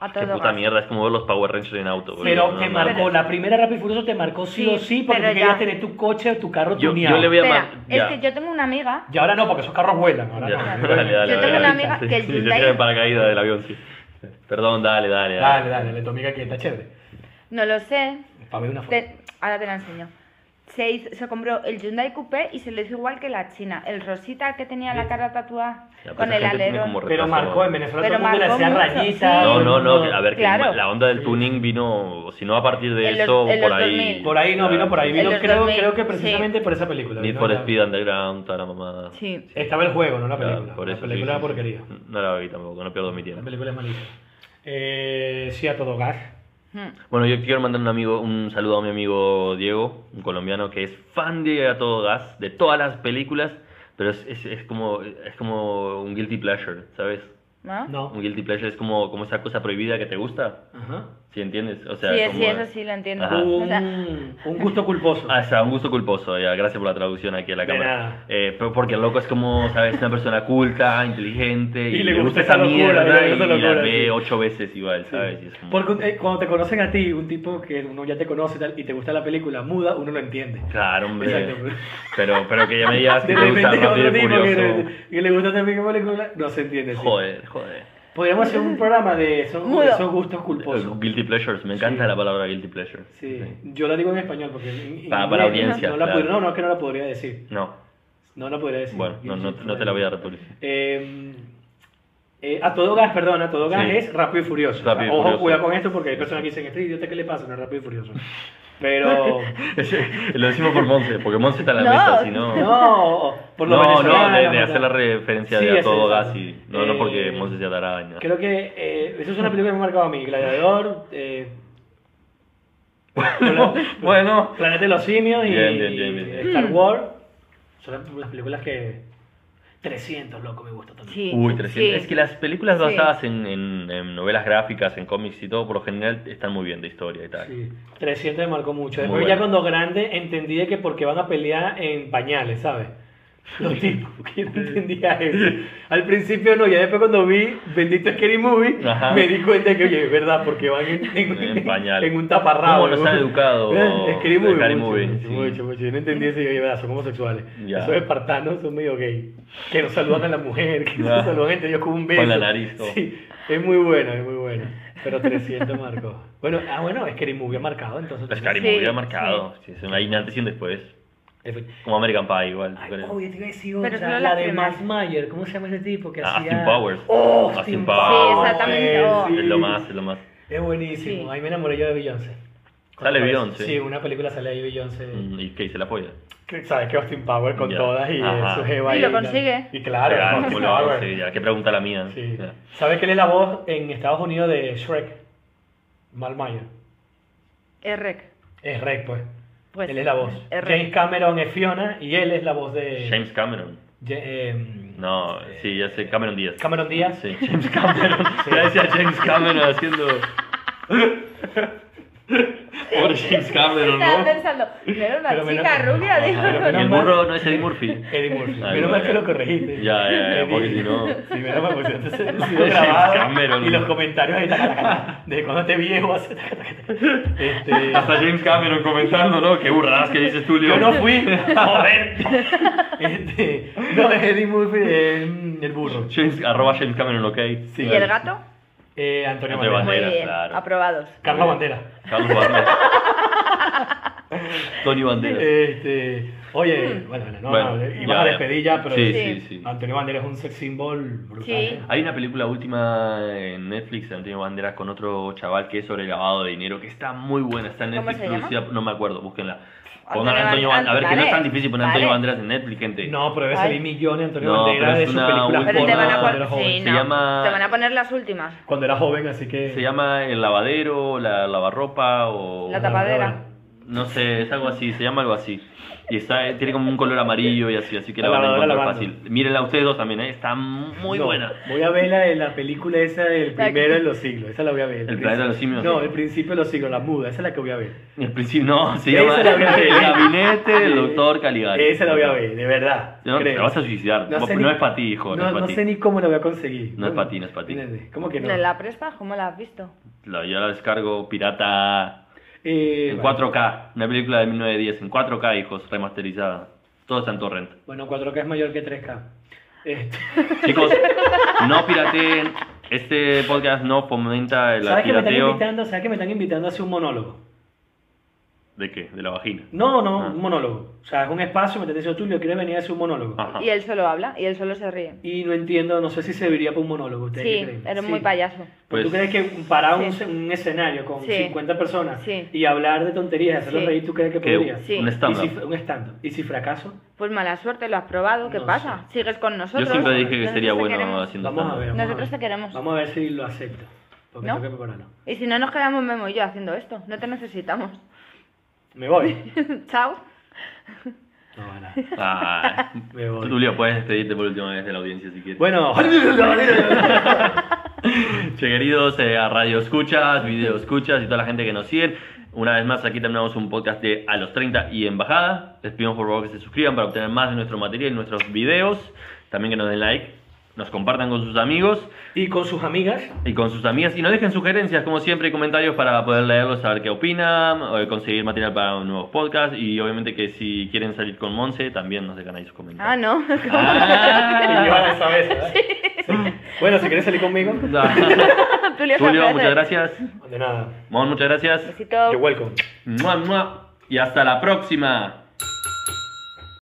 [SPEAKER 3] A todo
[SPEAKER 1] Qué puta
[SPEAKER 3] gas.
[SPEAKER 1] mierda, es como ver los Power Rangers en auto. boludo.
[SPEAKER 2] Pero
[SPEAKER 1] No,
[SPEAKER 2] te
[SPEAKER 1] no.
[SPEAKER 2] marcó, la primera Rápido y Furioso te marcó sí,
[SPEAKER 3] Sí,
[SPEAKER 2] o sí porque
[SPEAKER 3] pero
[SPEAKER 2] tú querías
[SPEAKER 3] ya.
[SPEAKER 2] tener tu coche o tu carro
[SPEAKER 1] Yo-
[SPEAKER 2] tuneado.
[SPEAKER 1] yo le voy a-
[SPEAKER 3] Espera,
[SPEAKER 1] mar-
[SPEAKER 3] es
[SPEAKER 1] ya.
[SPEAKER 3] que yo tengo una amiga.
[SPEAKER 2] Y ahora no, porque esos carros vuelan. Ahora
[SPEAKER 1] Ya,
[SPEAKER 2] no.
[SPEAKER 1] dale, dale,
[SPEAKER 3] Yo tengo
[SPEAKER 1] dale,
[SPEAKER 3] una
[SPEAKER 1] dale.
[SPEAKER 3] amiga que
[SPEAKER 1] Sí, se
[SPEAKER 3] Hyundai-
[SPEAKER 1] tira en paracaídas del avión, sí. Perdón, dale, dale, dale.
[SPEAKER 2] Dale, dale, le tu amiga que está chévere.
[SPEAKER 3] No lo sé.
[SPEAKER 2] Para ver una foto.
[SPEAKER 3] te- ahora te la enseño. Se, hizo- se compró el Hyundai Coupé y se lo hizo igual que la China. El Rosita que tenía la cara tatuada
[SPEAKER 1] Ya, pues,
[SPEAKER 3] con
[SPEAKER 1] esa
[SPEAKER 3] el
[SPEAKER 1] gente tiene
[SPEAKER 3] alerón.
[SPEAKER 1] como
[SPEAKER 2] Pero
[SPEAKER 1] retraso.
[SPEAKER 2] marcó en Venezuela
[SPEAKER 3] Pero
[SPEAKER 2] todo el mundo le
[SPEAKER 3] marcó
[SPEAKER 2] hacía
[SPEAKER 3] mucho,
[SPEAKER 2] rayitas.
[SPEAKER 3] sí.
[SPEAKER 1] No, no, no, que- a ver, que
[SPEAKER 3] Claro.
[SPEAKER 1] la onda del tuning vino, si no a partir de
[SPEAKER 3] En los-
[SPEAKER 1] eso,
[SPEAKER 3] en
[SPEAKER 1] por
[SPEAKER 3] los
[SPEAKER 1] ahí.
[SPEAKER 3] 2000.
[SPEAKER 2] Por ahí no, vino por ahí.
[SPEAKER 3] En
[SPEAKER 2] Vino,
[SPEAKER 3] los
[SPEAKER 2] creo,
[SPEAKER 3] 2000,
[SPEAKER 2] creo que
[SPEAKER 3] sí.
[SPEAKER 2] precisamente por esa película.
[SPEAKER 1] Need
[SPEAKER 2] vino
[SPEAKER 1] for
[SPEAKER 2] la-
[SPEAKER 1] Speed Underground, toda la mamada.
[SPEAKER 3] Sí.
[SPEAKER 2] Estaba el juego, no la
[SPEAKER 1] Claro,
[SPEAKER 2] película.
[SPEAKER 1] por
[SPEAKER 2] la
[SPEAKER 1] eso, sí,
[SPEAKER 2] película
[SPEAKER 1] sí,
[SPEAKER 2] era
[SPEAKER 1] sí.
[SPEAKER 2] porquería.
[SPEAKER 1] No la vi tampoco, no pierdo mi
[SPEAKER 2] La
[SPEAKER 1] tiempo.
[SPEAKER 2] película es malísima. Eh, sí, a todo gas.
[SPEAKER 3] Mm.
[SPEAKER 1] Bueno, yo quiero mandar un amigo, un saludo a mi amigo Diego, un colombiano que es fan de A Todo Gas, de todas las películas, pero es, es, es como, es como un guilty pleasure, ¿sabes?
[SPEAKER 3] ¿No?
[SPEAKER 2] No.
[SPEAKER 1] Un guilty pleasure es como, como esa cosa prohibida que te gusta,
[SPEAKER 2] Ajá.
[SPEAKER 1] si entiendes? O sea,
[SPEAKER 3] Sí, sí,
[SPEAKER 1] como,
[SPEAKER 3] eso sí lo entiendo.
[SPEAKER 1] Ajá.
[SPEAKER 3] O sea,
[SPEAKER 2] Un, un gusto culposo.
[SPEAKER 1] Ah, está, un gusto culposo, ya, gracias por la traducción aquí a la
[SPEAKER 2] De
[SPEAKER 1] cámara.
[SPEAKER 2] nada.
[SPEAKER 1] Eh, pero porque el loco es como, ¿sabes? Una persona culta, inteligente, y,
[SPEAKER 2] Y le
[SPEAKER 1] le
[SPEAKER 2] gusta
[SPEAKER 1] gusta
[SPEAKER 2] esa
[SPEAKER 1] esa
[SPEAKER 2] locura,
[SPEAKER 1] mierda,
[SPEAKER 2] le
[SPEAKER 1] y,
[SPEAKER 2] gusta esa
[SPEAKER 1] y la
[SPEAKER 2] locura,
[SPEAKER 1] ve
[SPEAKER 2] sí.
[SPEAKER 1] ocho veces igual, ¿sabes? Y es como-
[SPEAKER 2] Porque eh, cuando te conocen a ti, un tipo que uno ya te conoce y tal, y te gusta la película muda, uno no entiende.
[SPEAKER 1] Claro, hombre.
[SPEAKER 2] Exacto.
[SPEAKER 1] Pero, pero que ya me digas que
[SPEAKER 2] De
[SPEAKER 1] te gusta
[SPEAKER 2] repente
[SPEAKER 1] Rápido
[SPEAKER 2] otro
[SPEAKER 1] y
[SPEAKER 2] tipo
[SPEAKER 1] Furioso.
[SPEAKER 2] que, que le gusta también la película, no se entiende. sí.
[SPEAKER 1] Joder, joder.
[SPEAKER 2] Podríamos hacer un programa de esos,
[SPEAKER 3] Mudo.
[SPEAKER 2] de esos gustos culposos.
[SPEAKER 1] Eh, Guilty pleasures, me encanta la palabra guilty pleasure.
[SPEAKER 2] Sí, yo la digo en español porque en- en
[SPEAKER 1] Pa- Ah, para
[SPEAKER 2] inglés
[SPEAKER 1] audiencia,
[SPEAKER 2] No, la
[SPEAKER 1] claro.
[SPEAKER 2] pod- no, no, es que no la podría decir.
[SPEAKER 1] No,
[SPEAKER 2] No la podría decir.
[SPEAKER 1] bueno, no, no, no te la voy a retuliar.
[SPEAKER 2] Eh, eh, a todo gas, perdón, a todo gas
[SPEAKER 1] Sí.
[SPEAKER 2] es rápido y furioso.
[SPEAKER 1] Rápido y
[SPEAKER 2] Ojo,
[SPEAKER 1] Furioso.
[SPEAKER 2] cuidado con esto porque hay personas que dicen, este idiota, ¿qué le pasa? No es rápido y furioso. Pero,
[SPEAKER 1] Lo decimos por Monse, porque Monse está en la
[SPEAKER 3] No.
[SPEAKER 1] mesa, si no.
[SPEAKER 2] no, por lo
[SPEAKER 1] No, no,
[SPEAKER 2] venezolano,
[SPEAKER 1] de, de
[SPEAKER 2] o
[SPEAKER 1] hacer
[SPEAKER 2] sea,
[SPEAKER 1] la referencia
[SPEAKER 2] Sí,
[SPEAKER 1] de a todo
[SPEAKER 2] hacer-
[SPEAKER 1] gas y. No, no porque
[SPEAKER 2] Eh,
[SPEAKER 1] Monse sea taraña.
[SPEAKER 2] Creo que eh, esa es una película que me ha marcado a mí, Gladiador, eh,
[SPEAKER 1] Bueno,
[SPEAKER 2] Planeta de los Simios y
[SPEAKER 1] Bien, bien, bien, bien, bien.
[SPEAKER 2] Star Wars. Son las- las películas que... 300, loco, me gusta también.
[SPEAKER 3] sí,
[SPEAKER 1] Uy, 300.
[SPEAKER 3] sí.
[SPEAKER 1] Es que las películas
[SPEAKER 3] Sí.
[SPEAKER 1] basadas en, en- en novelas gráficas, en cómics y todo, por lo general están muy bien de historia y tal.
[SPEAKER 2] Sí, 300 me marcó mucho.
[SPEAKER 1] Muy
[SPEAKER 2] Después ya
[SPEAKER 1] bueno.
[SPEAKER 2] cuando grande entendí de que porque van a pelear en pañales, ¿sabes? Los tipos, que no entendía eso. Al principio no, ya después cuando vi Bendito Scary Movie,
[SPEAKER 1] Ajá.
[SPEAKER 2] me di cuenta que, oye, es verdad, porque van en,
[SPEAKER 1] En pañales.
[SPEAKER 2] en un taparrabo.
[SPEAKER 1] ¿Cómo nos ha educado
[SPEAKER 2] Scary Movie.
[SPEAKER 1] Scary
[SPEAKER 2] mucho,
[SPEAKER 1] Movie?
[SPEAKER 2] mucho,
[SPEAKER 1] Sí.
[SPEAKER 2] mucho, mucho. Yo no entendí eso y yo, oye, verdad, son homosexuales.
[SPEAKER 1] Ya.
[SPEAKER 2] Esos espartanos son medio gay. Que no saludan a la mujer, que no
[SPEAKER 1] Ya.
[SPEAKER 2] saludan entre ellos con un beso.
[SPEAKER 1] Con la nariz, todo.
[SPEAKER 2] Sí, es muy bueno, es muy bueno. Pero 300 marcó. Bueno, ah, bueno, es que Movie ha marcado, entonces.
[SPEAKER 1] Las Pues Scary
[SPEAKER 3] Sí,
[SPEAKER 1] Movie ha marcado. Sí, es una hay un antes y un después. Como American Pie, igual.
[SPEAKER 2] Ay,
[SPEAKER 1] creo.
[SPEAKER 2] obvio, te iba a decir
[SPEAKER 3] Pero
[SPEAKER 2] otra,
[SPEAKER 3] solo
[SPEAKER 2] la
[SPEAKER 3] las
[SPEAKER 2] de Max
[SPEAKER 3] primeras.
[SPEAKER 2] Mayer, ¿cómo se llama ese tipo que
[SPEAKER 1] Ah,
[SPEAKER 2] hacía?
[SPEAKER 1] Austin Powers.
[SPEAKER 2] Oh,
[SPEAKER 1] Austin
[SPEAKER 2] Austin
[SPEAKER 1] Powers.
[SPEAKER 2] Powers.
[SPEAKER 3] Sí, exactamente. Oh.
[SPEAKER 1] Es lo más, es lo más.
[SPEAKER 2] Es buenísimo,
[SPEAKER 3] Sí.
[SPEAKER 2] ahí me enamoré yo de Beyoncé.
[SPEAKER 1] Sale
[SPEAKER 2] Cuando aparece-
[SPEAKER 1] Beyoncé.
[SPEAKER 2] Sí, una película sale ahí Beyoncé.
[SPEAKER 1] Mm, ¿Y qué? ¿Se la polla?
[SPEAKER 2] Que- Sabes que Austin Powers con
[SPEAKER 1] Ya.
[SPEAKER 2] todas y
[SPEAKER 1] Ajá.
[SPEAKER 2] su jeva
[SPEAKER 3] Y lo
[SPEAKER 2] ahí, la-
[SPEAKER 3] consigue.
[SPEAKER 2] Y claro,
[SPEAKER 1] Ya,
[SPEAKER 2] Austin
[SPEAKER 1] ¿cómo lo hago?
[SPEAKER 2] Powers.
[SPEAKER 1] Ah, Sí, ya, ¿Qué pregunta la mía?
[SPEAKER 2] Sí.
[SPEAKER 1] Ya.
[SPEAKER 2] ¿Sabes quién es la voz en Estados Unidos de Shrek? Mal Mayer.
[SPEAKER 3] Es rec.
[SPEAKER 2] Es Rek, pues.
[SPEAKER 3] Pues,
[SPEAKER 2] él es la voz.
[SPEAKER 3] es Rek.
[SPEAKER 2] James Cameron es Fiona y él es la voz de.
[SPEAKER 1] James Cameron.
[SPEAKER 2] Ja- em,
[SPEAKER 1] No, sí, ya sé, Cameron Díaz.
[SPEAKER 2] Cameron Díaz.
[SPEAKER 1] Sí, James Cameron. Gracias a James Cameron haciendo. Pobre James Cameron,
[SPEAKER 3] Estaba
[SPEAKER 1] ¿no?
[SPEAKER 3] pensando, no era una
[SPEAKER 2] Pero menos-
[SPEAKER 3] chica rubia, digo.
[SPEAKER 1] Ajá,
[SPEAKER 2] Pero
[SPEAKER 1] el
[SPEAKER 2] menos
[SPEAKER 1] burro no es Eddie Murphy.
[SPEAKER 2] Eddie Murphy.
[SPEAKER 1] Ay,
[SPEAKER 2] menos mal que
[SPEAKER 1] bueno.
[SPEAKER 2] lo corregiste.
[SPEAKER 1] Ya, ya, ya,
[SPEAKER 2] Eddie.
[SPEAKER 1] porque si no-
[SPEAKER 2] Sí, menos mal, porque si no te hubiera sido
[SPEAKER 1] James
[SPEAKER 2] grabado.
[SPEAKER 1] Cameron.
[SPEAKER 2] Y los comentarios ahí, taca, taca, taca, desde cuando te viejo hace. taca, taca, taca. Este,
[SPEAKER 1] Hasta James Cameron comenzando, ¿no? Qué burradas que dices tú, Leo.
[SPEAKER 2] Yo no fui, joder. Este, no, es Eddie Murphy, eh, el burro.
[SPEAKER 1] James, arroba James Cameron, ok.
[SPEAKER 2] Sí.
[SPEAKER 3] ¿Y el gato?
[SPEAKER 2] Eh, Antonio
[SPEAKER 1] Antonio
[SPEAKER 2] Banderas.
[SPEAKER 1] Banderas,
[SPEAKER 3] Muy bien,
[SPEAKER 1] claro.
[SPEAKER 3] aprobados.
[SPEAKER 2] Carlos Banderas.
[SPEAKER 1] Carlos Banderas. Tony Banderas.
[SPEAKER 2] Este, oye,
[SPEAKER 3] Mm.
[SPEAKER 2] bueno, bueno, no,
[SPEAKER 1] Bueno,
[SPEAKER 2] no,
[SPEAKER 1] ya,
[SPEAKER 2] íbamos a
[SPEAKER 1] ya.
[SPEAKER 2] despedir ya, pero
[SPEAKER 1] Sí,
[SPEAKER 3] Sí.
[SPEAKER 1] sí, sí.
[SPEAKER 2] Antonio Banderas es un sex symbol brutal.
[SPEAKER 3] Sí.
[SPEAKER 2] ¿eh?
[SPEAKER 1] Hay una película última en Netflix de Antonio Banderas con otro chaval que es sobre lavado de dinero, que está muy buena, está en
[SPEAKER 3] ¿Cómo
[SPEAKER 1] Netflix,
[SPEAKER 3] se llama?
[SPEAKER 1] producida- no me acuerdo, búsquenla.
[SPEAKER 3] Antonio
[SPEAKER 1] Pongan a Antonio
[SPEAKER 3] Ban-
[SPEAKER 1] Banderas, a ver que no es tan
[SPEAKER 3] vale,
[SPEAKER 1] difícil poner a
[SPEAKER 3] vale.
[SPEAKER 1] Antonio Banderas en Netflix, gente.
[SPEAKER 2] No, pero debe
[SPEAKER 3] Ay.
[SPEAKER 2] salir millones Antonio
[SPEAKER 1] No,
[SPEAKER 2] Banderas
[SPEAKER 1] pero
[SPEAKER 2] de
[SPEAKER 1] es
[SPEAKER 2] sus
[SPEAKER 1] una
[SPEAKER 2] películas
[SPEAKER 1] última-
[SPEAKER 3] Pero te
[SPEAKER 2] porno
[SPEAKER 3] van a
[SPEAKER 2] cuando era
[SPEAKER 1] Banderas
[SPEAKER 3] poner,
[SPEAKER 2] joven.
[SPEAKER 3] sí,
[SPEAKER 1] Se
[SPEAKER 3] no,
[SPEAKER 1] llama-
[SPEAKER 3] te van a poner las últimas.
[SPEAKER 2] Cuando era joven, así que...
[SPEAKER 1] Se llama El lavadero, la lavarropa o...
[SPEAKER 3] La tapadera.
[SPEAKER 1] No sé, es algo así, se llama algo así. Y está, eh, tiene como un color amarillo y así, así que la,
[SPEAKER 2] La
[SPEAKER 1] van a
[SPEAKER 2] lavadora
[SPEAKER 1] encontrar
[SPEAKER 2] lavando.
[SPEAKER 1] fácil. Mírenla ustedes dos también, ¿eh? está muy
[SPEAKER 2] No,
[SPEAKER 1] buena.
[SPEAKER 2] Voy a ver la de la película esa del
[SPEAKER 3] La que-
[SPEAKER 2] primero de los siglos. Esa la voy a ver.
[SPEAKER 1] El planeta de los simios.
[SPEAKER 2] No, el principio de los siglos, la muda. Esa es la que voy a ver.
[SPEAKER 1] El principio, no, se
[SPEAKER 2] Esa
[SPEAKER 1] llama
[SPEAKER 2] la voy a ver.
[SPEAKER 1] El gabinete del doctor Caligari.
[SPEAKER 2] Esa la voy a ver, de verdad.
[SPEAKER 1] No,
[SPEAKER 2] Creo.
[SPEAKER 1] te vas a suicidar. No,
[SPEAKER 2] sé
[SPEAKER 1] no
[SPEAKER 2] ni-
[SPEAKER 1] es para ti, hijo. No,
[SPEAKER 2] No,
[SPEAKER 1] es para
[SPEAKER 2] no
[SPEAKER 1] ti.
[SPEAKER 2] sé ni cómo la voy a conseguir.
[SPEAKER 1] No es pa' ti, no es pa' ti.
[SPEAKER 2] Nene, ¿Cómo que no?
[SPEAKER 3] ¿La prespa? ¿Cómo la has visto?
[SPEAKER 1] La- yo la descargo pirata
[SPEAKER 2] Eh,
[SPEAKER 1] en
[SPEAKER 2] vale.
[SPEAKER 1] 4K. Una película de 1910 en 4K, hijos, remasterizada. Todo está en torrent.
[SPEAKER 2] Bueno, 4K es mayor que 3K. Este,
[SPEAKER 1] Chicos, no pirateen. Este podcast no fomenta el
[SPEAKER 2] ¿Sabes que me están
[SPEAKER 1] pirateo.
[SPEAKER 2] invitando? ¿Sabes que me están invitando a hacer un monólogo?
[SPEAKER 1] ¿De qué? De la vagina.
[SPEAKER 2] No, no,
[SPEAKER 1] Ah.
[SPEAKER 2] un monólogo. O sea, es un espacio, me están diciendo, Tulio, ¿quieres venir a hacer un monólogo?
[SPEAKER 1] Ajá.
[SPEAKER 3] Y él solo habla y él solo se ríe.
[SPEAKER 2] Y no entiendo, no sé si serviría para un monólogo. ¿Ustedes qué
[SPEAKER 3] Sí,
[SPEAKER 2] creen?
[SPEAKER 3] eres
[SPEAKER 2] Sí.
[SPEAKER 3] muy payaso.
[SPEAKER 1] Pues-
[SPEAKER 2] ¿Tú crees que parar
[SPEAKER 3] Sí.
[SPEAKER 2] un, un escenario con
[SPEAKER 3] Sí.
[SPEAKER 2] 50 personas
[SPEAKER 3] Sí.
[SPEAKER 2] y hablar de tonterías, hacerlos
[SPEAKER 3] Sí.
[SPEAKER 2] reír, ¿tú crees que
[SPEAKER 1] ¿Qué?
[SPEAKER 2] podría?
[SPEAKER 3] Sí.
[SPEAKER 1] Un
[SPEAKER 2] ¿Y si,
[SPEAKER 1] stand-up.
[SPEAKER 2] fue- un stand ¿Y si fracaso?
[SPEAKER 3] Pues mala suerte, lo has probado, ¿qué
[SPEAKER 2] No
[SPEAKER 3] pasa? Sigues con nosotros.
[SPEAKER 1] Yo siempre dije que
[SPEAKER 3] Nosotros
[SPEAKER 1] sería
[SPEAKER 3] te
[SPEAKER 1] bueno
[SPEAKER 3] queremos.
[SPEAKER 1] haciendo
[SPEAKER 2] Vamos a
[SPEAKER 1] stand-up.
[SPEAKER 2] ver.
[SPEAKER 3] Nosotros te queremos.
[SPEAKER 2] Vamos a ver si lo acepta. Porque
[SPEAKER 3] ¿No?
[SPEAKER 2] tengo que prepararlo.
[SPEAKER 3] Y si no nos quedamos Memo y yo haciendo esto, no te necesitamos.
[SPEAKER 2] Me voy.
[SPEAKER 3] Chao.
[SPEAKER 2] No, nada.
[SPEAKER 1] Ah,
[SPEAKER 2] Me voy.
[SPEAKER 1] Tulio, puedes despedirte por última vez de la audiencia si quieres.
[SPEAKER 2] Bueno,
[SPEAKER 1] Che, queridos, eh, a radio escuchas, video escuchas y toda la gente que nos sigue. Una vez más, aquí terminamos un podcast de A los 30 y Embajada. Les pedimos por favor que se suscriban para obtener más de nuestro material y nuestros videos. También que nos den like, nos compartan con sus amigos
[SPEAKER 2] y con sus amigas,
[SPEAKER 1] y con sus amigas. Y nos dejen sugerencias, como siempre, y comentarios para poder leerlos, saber qué opinan, o conseguir material para nuevos podcasts. Y obviamente que si quieren salir con Monse, también nos dejan ahí sus
[SPEAKER 3] Ah,
[SPEAKER 1] comentarios.
[SPEAKER 3] no.
[SPEAKER 2] y yo a esa vez, ¿verdad? Sí. Bueno, si quieres salir conmigo,
[SPEAKER 3] Tulio, se
[SPEAKER 1] Julio,
[SPEAKER 3] ofrece.
[SPEAKER 1] muchas Ah, gracias.
[SPEAKER 2] de nada.
[SPEAKER 1] Mon, muchas gracias.
[SPEAKER 3] Besito.
[SPEAKER 2] You're welcome.
[SPEAKER 1] Mua, mua. Y hasta la próxima.